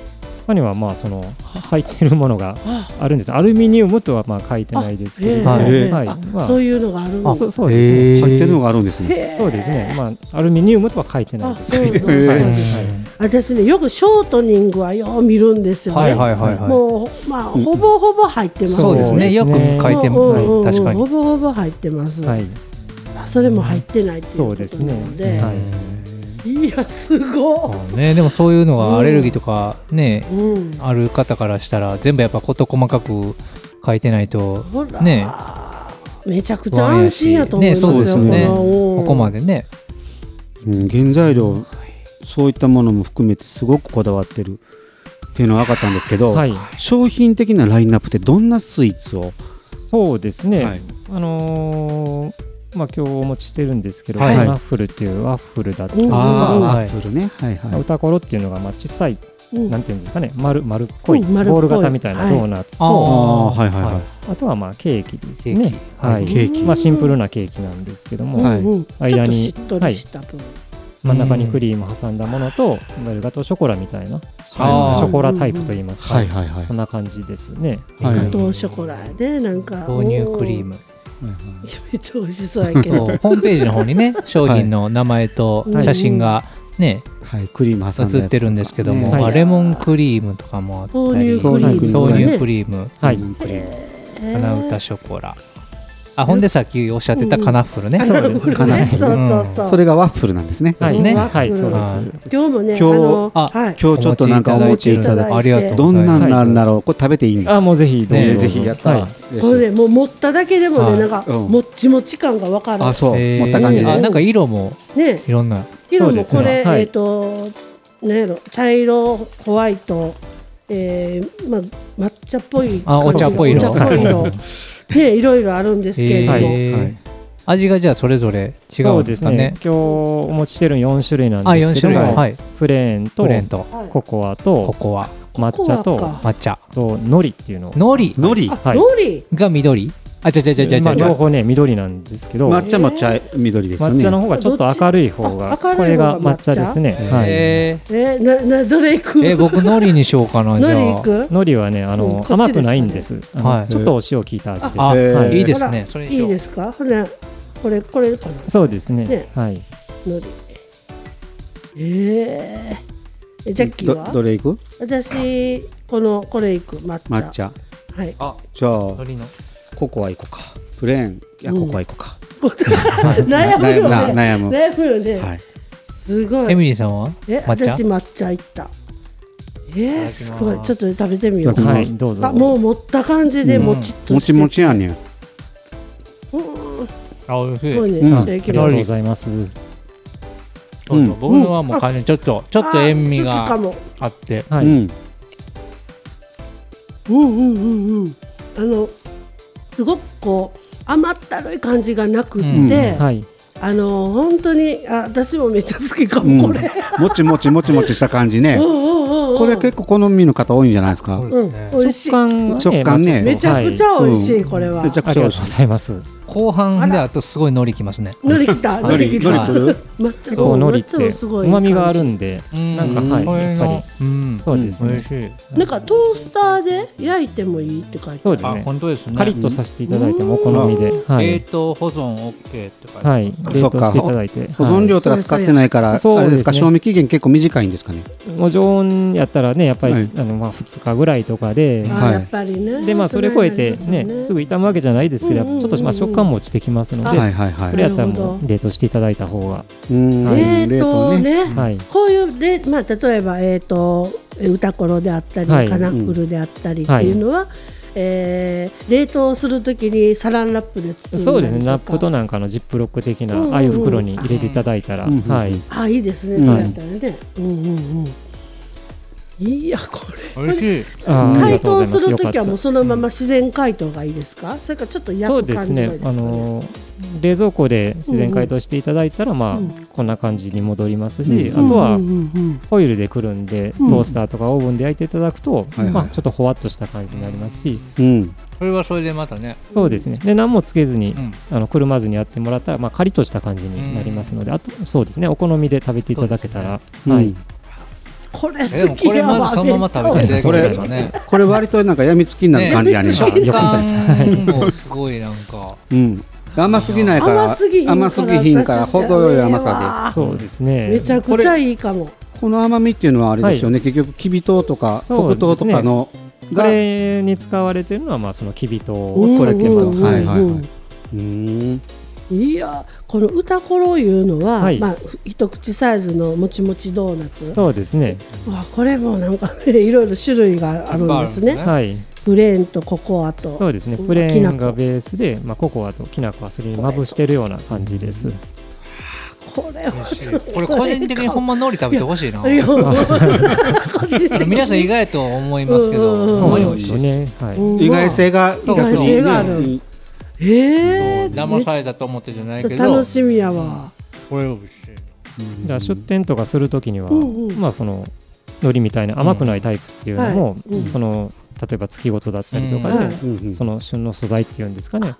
[SPEAKER 6] 他にはまあその入ってるものがあるんですアルミニウムとはまあ書いてないですけれども、
[SPEAKER 2] あへー
[SPEAKER 6] はい
[SPEAKER 2] あ
[SPEAKER 6] まあ、
[SPEAKER 2] そういうのがあるんです
[SPEAKER 6] そそうですね、
[SPEAKER 4] 入ってるのがあるんですね。
[SPEAKER 2] へー
[SPEAKER 6] そうですね、まあ、アルミニウムとは書いてない
[SPEAKER 2] あ
[SPEAKER 6] で
[SPEAKER 2] そうなんです
[SPEAKER 4] へー
[SPEAKER 2] はい私ねよくショートニングはよう見るんですよね、
[SPEAKER 3] はいはいはいはい。
[SPEAKER 2] もうまあほぼほぼ入ってます、
[SPEAKER 3] そうですね。よ
[SPEAKER 6] そう
[SPEAKER 3] く
[SPEAKER 6] ですね
[SPEAKER 3] 書いて
[SPEAKER 2] うん
[SPEAKER 3] も、
[SPEAKER 2] う
[SPEAKER 3] は
[SPEAKER 2] んうん
[SPEAKER 3] い確か
[SPEAKER 2] ほ
[SPEAKER 3] に。
[SPEAKER 2] ぼほぼ入ってます、
[SPEAKER 6] す。はい、
[SPEAKER 2] それも入ってないっていう
[SPEAKER 6] そ
[SPEAKER 2] こ
[SPEAKER 6] う
[SPEAKER 2] と
[SPEAKER 6] です
[SPEAKER 2] な
[SPEAKER 6] ね
[SPEAKER 2] ので、。
[SPEAKER 6] はい
[SPEAKER 2] い、やすごい、
[SPEAKER 3] ね、でもそういうのはアレルギーとかね、
[SPEAKER 2] うん、
[SPEAKER 3] ある方からしたら全部やっぱ事細かく書いてないと
[SPEAKER 2] ほら、
[SPEAKER 3] ね
[SPEAKER 2] めちゃくちゃ安心やと思いますよ、
[SPEAKER 3] ねそう
[SPEAKER 4] ですよ
[SPEAKER 3] ね
[SPEAKER 2] こ
[SPEAKER 3] ここまでね
[SPEAKER 4] うん、原材料そういったものも含めてすごくこだわってるっていうのは分かったんですけど、
[SPEAKER 6] はい、
[SPEAKER 4] 商品的なラインナップってどんなスイーツを、
[SPEAKER 6] そうですね、
[SPEAKER 4] はい
[SPEAKER 6] あのーまあ今日お持ちしてるんですけど、
[SPEAKER 4] はい
[SPEAKER 6] ワッフルっていうワッフルだったりと
[SPEAKER 4] あ
[SPEAKER 6] か、
[SPEAKER 4] ー
[SPEAKER 3] は
[SPEAKER 4] ア
[SPEAKER 3] い
[SPEAKER 4] ップルねはいはい、
[SPEAKER 6] 歌コロっていうのがまあ小さい、
[SPEAKER 2] うん
[SPEAKER 6] なんていうんですかね、丸丸っこい、
[SPEAKER 2] うん丸っこい
[SPEAKER 6] ボール型みたいなドーナツ
[SPEAKER 3] あ
[SPEAKER 6] と、
[SPEAKER 4] あーはいはいはい
[SPEAKER 6] あとはまあケーキですね。はい、
[SPEAKER 4] ケーキ
[SPEAKER 6] まあシンプルなケーキなんですけども、
[SPEAKER 4] はい
[SPEAKER 2] うん
[SPEAKER 6] 間に
[SPEAKER 2] ちょっとしっとりした分、
[SPEAKER 6] 真ん中にクリーム挟んだものと、ベルガトショコラみたいな、シ
[SPEAKER 3] あー
[SPEAKER 6] ョコラタイプと言いますか、
[SPEAKER 4] はいはいはい
[SPEAKER 6] そんな感じですね。
[SPEAKER 4] はい
[SPEAKER 2] ガトーショコラやでなんか
[SPEAKER 3] 豆乳クリーム
[SPEAKER 2] おーめっちゃ美味しそうやけど
[SPEAKER 3] そうホームページの方にね商品の名前と
[SPEAKER 2] はい
[SPEAKER 3] 写真がね
[SPEAKER 4] はいクリーム挟んだ
[SPEAKER 3] 写
[SPEAKER 4] やつ
[SPEAKER 3] ってるんですけども、
[SPEAKER 6] はい
[SPEAKER 3] まあレモンクリームとかもあったり
[SPEAKER 2] 豆乳ク
[SPEAKER 4] リーム
[SPEAKER 3] 豆乳クリーム
[SPEAKER 6] はい
[SPEAKER 4] 豆乳クリーム
[SPEAKER 3] 花歌ショコラあほんでさっきおっしゃってたカナフルね、
[SPEAKER 2] そうです
[SPEAKER 4] かなり
[SPEAKER 2] そうそうそう
[SPEAKER 4] それがワッフルなんですね、
[SPEAKER 3] そうですね
[SPEAKER 2] ワ
[SPEAKER 6] は
[SPEAKER 2] ッ
[SPEAKER 6] い、
[SPEAKER 2] フル
[SPEAKER 6] そうで
[SPEAKER 3] はい
[SPEAKER 6] す。
[SPEAKER 2] 今日もね
[SPEAKER 4] 今日
[SPEAKER 2] あの
[SPEAKER 3] あ
[SPEAKER 2] はい
[SPEAKER 4] 今日ちょっとなんかお持ちいただい
[SPEAKER 2] お持ちいただいて
[SPEAKER 3] ありがとう
[SPEAKER 4] て
[SPEAKER 3] ござい
[SPEAKER 4] どん
[SPEAKER 3] ま
[SPEAKER 4] な
[SPEAKER 3] す
[SPEAKER 4] んなんだろうこれ食べていいんですか
[SPEAKER 6] あ、もうぜひどう
[SPEAKER 3] ね
[SPEAKER 6] ぞ、
[SPEAKER 3] え
[SPEAKER 4] ぜひやったら、
[SPEAKER 6] はい
[SPEAKER 2] これねもう持っただけでも
[SPEAKER 3] は
[SPEAKER 2] ね
[SPEAKER 3] い
[SPEAKER 2] なんか
[SPEAKER 4] うん
[SPEAKER 2] もっちもち感がわかる
[SPEAKER 4] あそう、
[SPEAKER 3] えー
[SPEAKER 4] 持った感じで、
[SPEAKER 3] あなんか色も
[SPEAKER 2] ね
[SPEAKER 3] いろんな
[SPEAKER 2] 色もこ
[SPEAKER 6] そうで
[SPEAKER 2] れ
[SPEAKER 6] すねはい
[SPEAKER 2] えっとなんやろ茶色ホワイトえーまあ抹茶っぽい
[SPEAKER 3] あお茶っぽい色
[SPEAKER 2] お茶っぽい色 [LAUGHS] ねいろいろあるんですけれども
[SPEAKER 3] えー
[SPEAKER 4] はい
[SPEAKER 3] 味がじゃあそれぞれ違
[SPEAKER 6] そううん
[SPEAKER 3] で
[SPEAKER 6] ですす
[SPEAKER 3] か
[SPEAKER 6] ね
[SPEAKER 3] ね。
[SPEAKER 6] 今日お持ちしてる4種類なん
[SPEAKER 3] あ
[SPEAKER 6] で
[SPEAKER 3] 4
[SPEAKER 6] すけ
[SPEAKER 3] 種
[SPEAKER 6] ど
[SPEAKER 3] 類
[SPEAKER 6] も、
[SPEAKER 4] は
[SPEAKER 3] は
[SPEAKER 4] い
[SPEAKER 3] い
[SPEAKER 6] フレーンと
[SPEAKER 3] ブレンド
[SPEAKER 2] はい
[SPEAKER 6] ココア
[SPEAKER 3] コ
[SPEAKER 6] と
[SPEAKER 3] コア
[SPEAKER 6] 抹茶
[SPEAKER 2] ココア
[SPEAKER 6] と
[SPEAKER 2] か
[SPEAKER 3] 抹茶
[SPEAKER 6] と海苔っていうのを、
[SPEAKER 3] のり
[SPEAKER 4] 海苔
[SPEAKER 6] はい
[SPEAKER 2] 海苔
[SPEAKER 3] が緑あちゃちゃちゃちゃち
[SPEAKER 6] ま
[SPEAKER 3] ゃ
[SPEAKER 6] あ
[SPEAKER 3] ち
[SPEAKER 6] 両
[SPEAKER 3] ゃ
[SPEAKER 6] 方ね緑なんですけど、
[SPEAKER 4] 抹茶も茶緑ですよね
[SPEAKER 6] 抹茶の方がちょっと明るい方
[SPEAKER 2] ど
[SPEAKER 6] が
[SPEAKER 2] っちあ
[SPEAKER 6] こ
[SPEAKER 2] 明
[SPEAKER 6] れが
[SPEAKER 2] るい方が
[SPEAKER 6] 抹
[SPEAKER 2] 抹茶
[SPEAKER 6] 茶ですね
[SPEAKER 4] へー
[SPEAKER 6] はい
[SPEAKER 3] えー
[SPEAKER 2] えななどれ行く
[SPEAKER 3] えー僕のりにしようか
[SPEAKER 2] [LAUGHS]
[SPEAKER 3] なじ
[SPEAKER 2] ど
[SPEAKER 3] ゃ
[SPEAKER 2] れ行
[SPEAKER 3] あ
[SPEAKER 2] く
[SPEAKER 6] 海苔はねあ
[SPEAKER 2] うんこっ
[SPEAKER 6] の
[SPEAKER 2] ち
[SPEAKER 6] 甘くないんですあの
[SPEAKER 3] はい
[SPEAKER 6] ちょっとお塩効いた味です
[SPEAKER 3] あ
[SPEAKER 4] へー
[SPEAKER 3] いいですねそれにし
[SPEAKER 2] い
[SPEAKER 3] よ
[SPEAKER 2] いうですかほなこれこれかな
[SPEAKER 6] そうですね
[SPEAKER 2] ね
[SPEAKER 6] はい
[SPEAKER 2] のりえー、えジャッキーは
[SPEAKER 4] どどれいく
[SPEAKER 2] 私このこれいく抹
[SPEAKER 4] 抹
[SPEAKER 2] 茶
[SPEAKER 4] 茶
[SPEAKER 2] はい
[SPEAKER 4] じゃあ
[SPEAKER 3] 海苔の
[SPEAKER 4] ココア行こうかプレーンいや
[SPEAKER 2] うん
[SPEAKER 4] ココア行こう
[SPEAKER 2] [LAUGHS]
[SPEAKER 4] か、
[SPEAKER 2] 悩むよ
[SPEAKER 4] な
[SPEAKER 2] ね
[SPEAKER 4] 悩む
[SPEAKER 2] 悩むよね、
[SPEAKER 4] はい
[SPEAKER 2] すご
[SPEAKER 3] エ
[SPEAKER 2] い
[SPEAKER 3] ミリーさんは
[SPEAKER 2] え
[SPEAKER 3] 抹茶
[SPEAKER 2] 私抹茶いったえー、すごいちょっと食べてみよ
[SPEAKER 4] いただき
[SPEAKER 2] う
[SPEAKER 4] ます
[SPEAKER 6] はいどうぞ
[SPEAKER 2] あもう持った感じで
[SPEAKER 3] うん
[SPEAKER 2] もちっとして、
[SPEAKER 4] もちもちやねん
[SPEAKER 2] うんす
[SPEAKER 3] あ美味しい
[SPEAKER 2] ごいね、
[SPEAKER 4] うん
[SPEAKER 2] いただ
[SPEAKER 6] あ
[SPEAKER 2] き
[SPEAKER 6] りが
[SPEAKER 2] ま
[SPEAKER 6] とう
[SPEAKER 2] す
[SPEAKER 6] ございます
[SPEAKER 3] そうそう僕のはもう完全にちょっとちょっと塩味
[SPEAKER 2] あーそ
[SPEAKER 3] が
[SPEAKER 2] うか
[SPEAKER 3] あって
[SPEAKER 6] は
[SPEAKER 4] う
[SPEAKER 6] い
[SPEAKER 4] ん
[SPEAKER 2] もうんうんうんうんあのすごくこう甘ったるい感じがなくって、
[SPEAKER 3] うん
[SPEAKER 6] はい
[SPEAKER 2] あの本当にあ私もめっちゃ好きか
[SPEAKER 4] うん
[SPEAKER 2] も、これ、
[SPEAKER 4] もちもちもちもちした感じね
[SPEAKER 2] うんうんうんうん
[SPEAKER 4] これ結構好みの方多いんじゃないですか
[SPEAKER 2] うん美味しい
[SPEAKER 6] 食感は
[SPEAKER 4] 食感ね
[SPEAKER 6] まあ
[SPEAKER 2] めちゃくち
[SPEAKER 6] はい
[SPEAKER 2] ゃ美味しい、
[SPEAKER 4] うん
[SPEAKER 2] これは
[SPEAKER 4] めちゃ
[SPEAKER 6] あ
[SPEAKER 4] くち
[SPEAKER 6] り
[SPEAKER 4] ゃ美
[SPEAKER 6] が
[SPEAKER 4] 味
[SPEAKER 6] と
[SPEAKER 4] し
[SPEAKER 6] うございます
[SPEAKER 3] 後半であとすごいのりきますね
[SPEAKER 2] のりきた
[SPEAKER 4] いの
[SPEAKER 2] のり
[SPEAKER 4] り
[SPEAKER 2] き
[SPEAKER 4] のり
[SPEAKER 2] た
[SPEAKER 4] 取る
[SPEAKER 2] 抹茶
[SPEAKER 6] そう海苔っ
[SPEAKER 2] 抹茶もす
[SPEAKER 6] て
[SPEAKER 2] ごい
[SPEAKER 6] 旨味がある
[SPEAKER 2] 感
[SPEAKER 6] んで
[SPEAKER 3] うん
[SPEAKER 6] なんかはい
[SPEAKER 3] これの
[SPEAKER 6] やっぱ
[SPEAKER 3] うん
[SPEAKER 6] そうです
[SPEAKER 3] 美
[SPEAKER 6] ね
[SPEAKER 3] 味しい
[SPEAKER 2] じなんかトースターで焼いてもいいって書いて
[SPEAKER 6] そ
[SPEAKER 2] あ
[SPEAKER 6] う
[SPEAKER 2] る
[SPEAKER 6] です
[SPEAKER 3] あ
[SPEAKER 6] ね
[SPEAKER 3] 本当ですね
[SPEAKER 6] カリッとさせていただいてもお好みでは
[SPEAKER 3] 冷
[SPEAKER 6] い
[SPEAKER 3] 凍保存 OK って書いてあ
[SPEAKER 6] は
[SPEAKER 3] る
[SPEAKER 6] い冷凍していただいて
[SPEAKER 4] 保
[SPEAKER 6] はい
[SPEAKER 4] 存料とか使ってないから、
[SPEAKER 6] そう
[SPEAKER 4] あ
[SPEAKER 6] ですね
[SPEAKER 4] れですか賞味期限結構短いんですかね
[SPEAKER 6] もう常温やったらねやっぱり、
[SPEAKER 4] はい
[SPEAKER 6] あのまあ2日ぐらいとかで、
[SPEAKER 2] あ
[SPEAKER 4] はい
[SPEAKER 2] やっぱりね
[SPEAKER 6] でまあそれ超えてねすぐ傷むわけじゃないですけど、
[SPEAKER 2] うんうんうん
[SPEAKER 6] ちょっとまあ食感も落ちてきますの
[SPEAKER 4] は
[SPEAKER 6] で、
[SPEAKER 4] いはいは
[SPEAKER 6] それ
[SPEAKER 4] い
[SPEAKER 6] やったら
[SPEAKER 2] なる
[SPEAKER 6] も
[SPEAKER 2] ほ
[SPEAKER 6] う冷凍していただいた方が、
[SPEAKER 4] うん
[SPEAKER 2] えーとね
[SPEAKER 6] はい
[SPEAKER 2] こういう例、まあ、例えば、えー、とえ歌ころであったり、
[SPEAKER 6] はい
[SPEAKER 2] カナフルであったりっていうのは、えー冷凍するときにサランラップで包んだりとか
[SPEAKER 6] そうですねナップとなんかのジップロック的な、
[SPEAKER 2] うんうんうん
[SPEAKER 6] ああいう袋に入れていただいたら、
[SPEAKER 4] うん
[SPEAKER 6] はい、
[SPEAKER 4] うん
[SPEAKER 2] あいいですね、
[SPEAKER 4] うん
[SPEAKER 2] そうやったらね、うんうんうん、いやこれ
[SPEAKER 3] 美味しい
[SPEAKER 6] あーあ
[SPEAKER 2] 解
[SPEAKER 6] りがとう
[SPEAKER 2] 凍
[SPEAKER 6] ございますす
[SPEAKER 2] る
[SPEAKER 6] よ
[SPEAKER 2] と
[SPEAKER 6] かっ
[SPEAKER 2] きはもう
[SPEAKER 6] た
[SPEAKER 2] そのまま自然解凍がいいですか、それかちょっと焼
[SPEAKER 6] そう
[SPEAKER 2] く
[SPEAKER 6] です
[SPEAKER 2] 感じがいい
[SPEAKER 6] ね
[SPEAKER 2] ですか
[SPEAKER 6] あ
[SPEAKER 2] ね
[SPEAKER 6] のー冷蔵庫で自然解凍していただいたら、まあ
[SPEAKER 2] うん
[SPEAKER 6] こんな感じに戻りますし、
[SPEAKER 4] うん
[SPEAKER 6] あとは
[SPEAKER 2] うんうんうん
[SPEAKER 6] ホイルでくるんで、
[SPEAKER 2] うん
[SPEAKER 6] トースターとかオーブンで焼いていただくと、
[SPEAKER 4] はいはい
[SPEAKER 6] まあ、ちょっとほわっとした感じになりますし、
[SPEAKER 4] うん
[SPEAKER 3] それはそれでまたね
[SPEAKER 6] そうですねで何もつけずに、
[SPEAKER 3] うん
[SPEAKER 6] あのくるまずにやってもらったら、まあ、カリッとした感じになりますので、あとそうですねお好みで食べていただけたら、
[SPEAKER 4] うん
[SPEAKER 6] はい
[SPEAKER 2] これ
[SPEAKER 3] えで
[SPEAKER 2] 好
[SPEAKER 3] もこ
[SPEAKER 2] き
[SPEAKER 3] れ
[SPEAKER 2] や
[SPEAKER 3] ま
[SPEAKER 2] わ
[SPEAKER 3] ずそのまま食べていただき
[SPEAKER 4] こ
[SPEAKER 3] たいで
[SPEAKER 4] れ
[SPEAKER 3] すよね。
[SPEAKER 4] これ割となんかやみつきになる感じあります
[SPEAKER 3] 食
[SPEAKER 4] よかったです
[SPEAKER 3] 感もすごいなんか。
[SPEAKER 4] うん甘すぎないから
[SPEAKER 2] 甘すぎひんから
[SPEAKER 4] 甘すぎひんから程よい甘さ
[SPEAKER 6] そうですね。
[SPEAKER 2] でめちゃくちゃいいかも
[SPEAKER 4] でこの甘みっていうのはあれですよね、結局きび糖とか
[SPEAKER 6] そう
[SPEAKER 4] 黒
[SPEAKER 6] ですね
[SPEAKER 4] 糖とかの
[SPEAKER 6] こ
[SPEAKER 4] がう
[SPEAKER 6] れに使われてるのはまあそのきび糖
[SPEAKER 2] う
[SPEAKER 6] を
[SPEAKER 2] ん
[SPEAKER 6] 使ってま
[SPEAKER 2] う
[SPEAKER 6] す。
[SPEAKER 2] ん
[SPEAKER 4] はいはいはい
[SPEAKER 2] うん
[SPEAKER 4] ーん
[SPEAKER 2] いやこの歌ころいうのは、
[SPEAKER 6] はい
[SPEAKER 2] まあ、一口サイズのもちもちドーナツ
[SPEAKER 6] そうですね。
[SPEAKER 2] わこれもなんか、 [LAUGHS] ね、いろいろ種類があるんですね
[SPEAKER 3] いっぱいあるんですね
[SPEAKER 6] はい。
[SPEAKER 2] プレーンとココア
[SPEAKER 6] そ
[SPEAKER 2] と
[SPEAKER 6] うですね。
[SPEAKER 2] うん
[SPEAKER 6] プレーン
[SPEAKER 2] きな
[SPEAKER 6] が
[SPEAKER 2] 粉
[SPEAKER 6] ベースで、まあココアときな粉はそれにまぶしてるような感じです。
[SPEAKER 2] これはちょっと
[SPEAKER 3] これ個人的にほんま海苔食べてほしいな。
[SPEAKER 2] いや個人的に
[SPEAKER 3] 皆さん意外と思いますけ
[SPEAKER 2] うんうんうん
[SPEAKER 3] ど、
[SPEAKER 2] そ
[SPEAKER 3] ほんま
[SPEAKER 2] う
[SPEAKER 3] に
[SPEAKER 2] な
[SPEAKER 3] 美
[SPEAKER 2] ん
[SPEAKER 3] 味しい
[SPEAKER 6] よ
[SPEAKER 3] です。
[SPEAKER 6] ね。はい。
[SPEAKER 4] 意外性が
[SPEAKER 2] うわ
[SPEAKER 4] 逆に
[SPEAKER 2] 意外性がある
[SPEAKER 4] ね
[SPEAKER 2] ええ
[SPEAKER 3] 騙されたと思ってじゃないけど、
[SPEAKER 2] 楽しみやわ
[SPEAKER 3] これ美味しい。
[SPEAKER 4] うん
[SPEAKER 6] じゃあ出店とかするときには、
[SPEAKER 2] うんうん
[SPEAKER 6] まあこの海苔みたいな甘くないタイプっていうのも、
[SPEAKER 2] うんはいうん
[SPEAKER 6] その例えば月ごとだったりとか
[SPEAKER 3] うん
[SPEAKER 6] で、
[SPEAKER 2] はい
[SPEAKER 4] うんうん
[SPEAKER 6] その旬の素材っていうんですかね。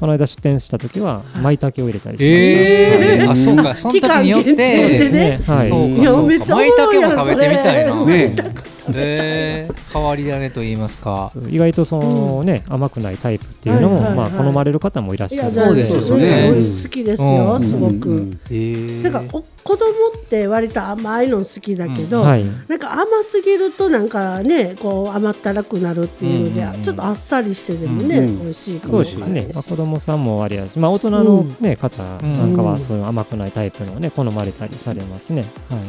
[SPEAKER 6] この間出店した時は、舞茸を入れたりしました。
[SPEAKER 3] ええ
[SPEAKER 4] ー
[SPEAKER 3] あ、そうか。その時によっ
[SPEAKER 2] 期間限定
[SPEAKER 3] て
[SPEAKER 2] で、ね
[SPEAKER 6] はい。
[SPEAKER 3] そう
[SPEAKER 2] い
[SPEAKER 3] か
[SPEAKER 2] や
[SPEAKER 3] そ
[SPEAKER 2] めっ
[SPEAKER 3] う
[SPEAKER 2] ち
[SPEAKER 3] か。
[SPEAKER 2] ゃおも
[SPEAKER 3] 舞
[SPEAKER 2] ろいやん
[SPEAKER 3] 茸も食べてみたいな。
[SPEAKER 2] それ
[SPEAKER 4] ね
[SPEAKER 3] ええ変わり種と言いますか。
[SPEAKER 6] 意外とそのね、甘くないタイプっていうの
[SPEAKER 2] はいは
[SPEAKER 6] も
[SPEAKER 2] い
[SPEAKER 6] ま
[SPEAKER 2] はい
[SPEAKER 6] あ好まれる方もいらっ
[SPEAKER 2] い
[SPEAKER 6] しゃ
[SPEAKER 2] や
[SPEAKER 6] る
[SPEAKER 2] じゃあ
[SPEAKER 3] そうです
[SPEAKER 4] よね
[SPEAKER 2] 美味しい好きですよ、
[SPEAKER 3] うん
[SPEAKER 2] すごく、
[SPEAKER 4] うん
[SPEAKER 3] ええ
[SPEAKER 2] なんかお子供って割と甘いの好きだけど、
[SPEAKER 6] はい。
[SPEAKER 2] なんか甘すぎるとなんかねこう甘ったらくなるっていうので、
[SPEAKER 3] うんうんうん
[SPEAKER 2] ちょっとあっさりしてでもね、
[SPEAKER 4] うんうん
[SPEAKER 2] 美味しいか
[SPEAKER 6] そう
[SPEAKER 2] も
[SPEAKER 6] で
[SPEAKER 2] し
[SPEAKER 6] す
[SPEAKER 2] れない
[SPEAKER 6] ね。まあ、子供さんもありやし、まあ、大人の、ね方なんか
[SPEAKER 2] うん
[SPEAKER 6] はそういう甘くないタイプのね好まれたりされますね。はい。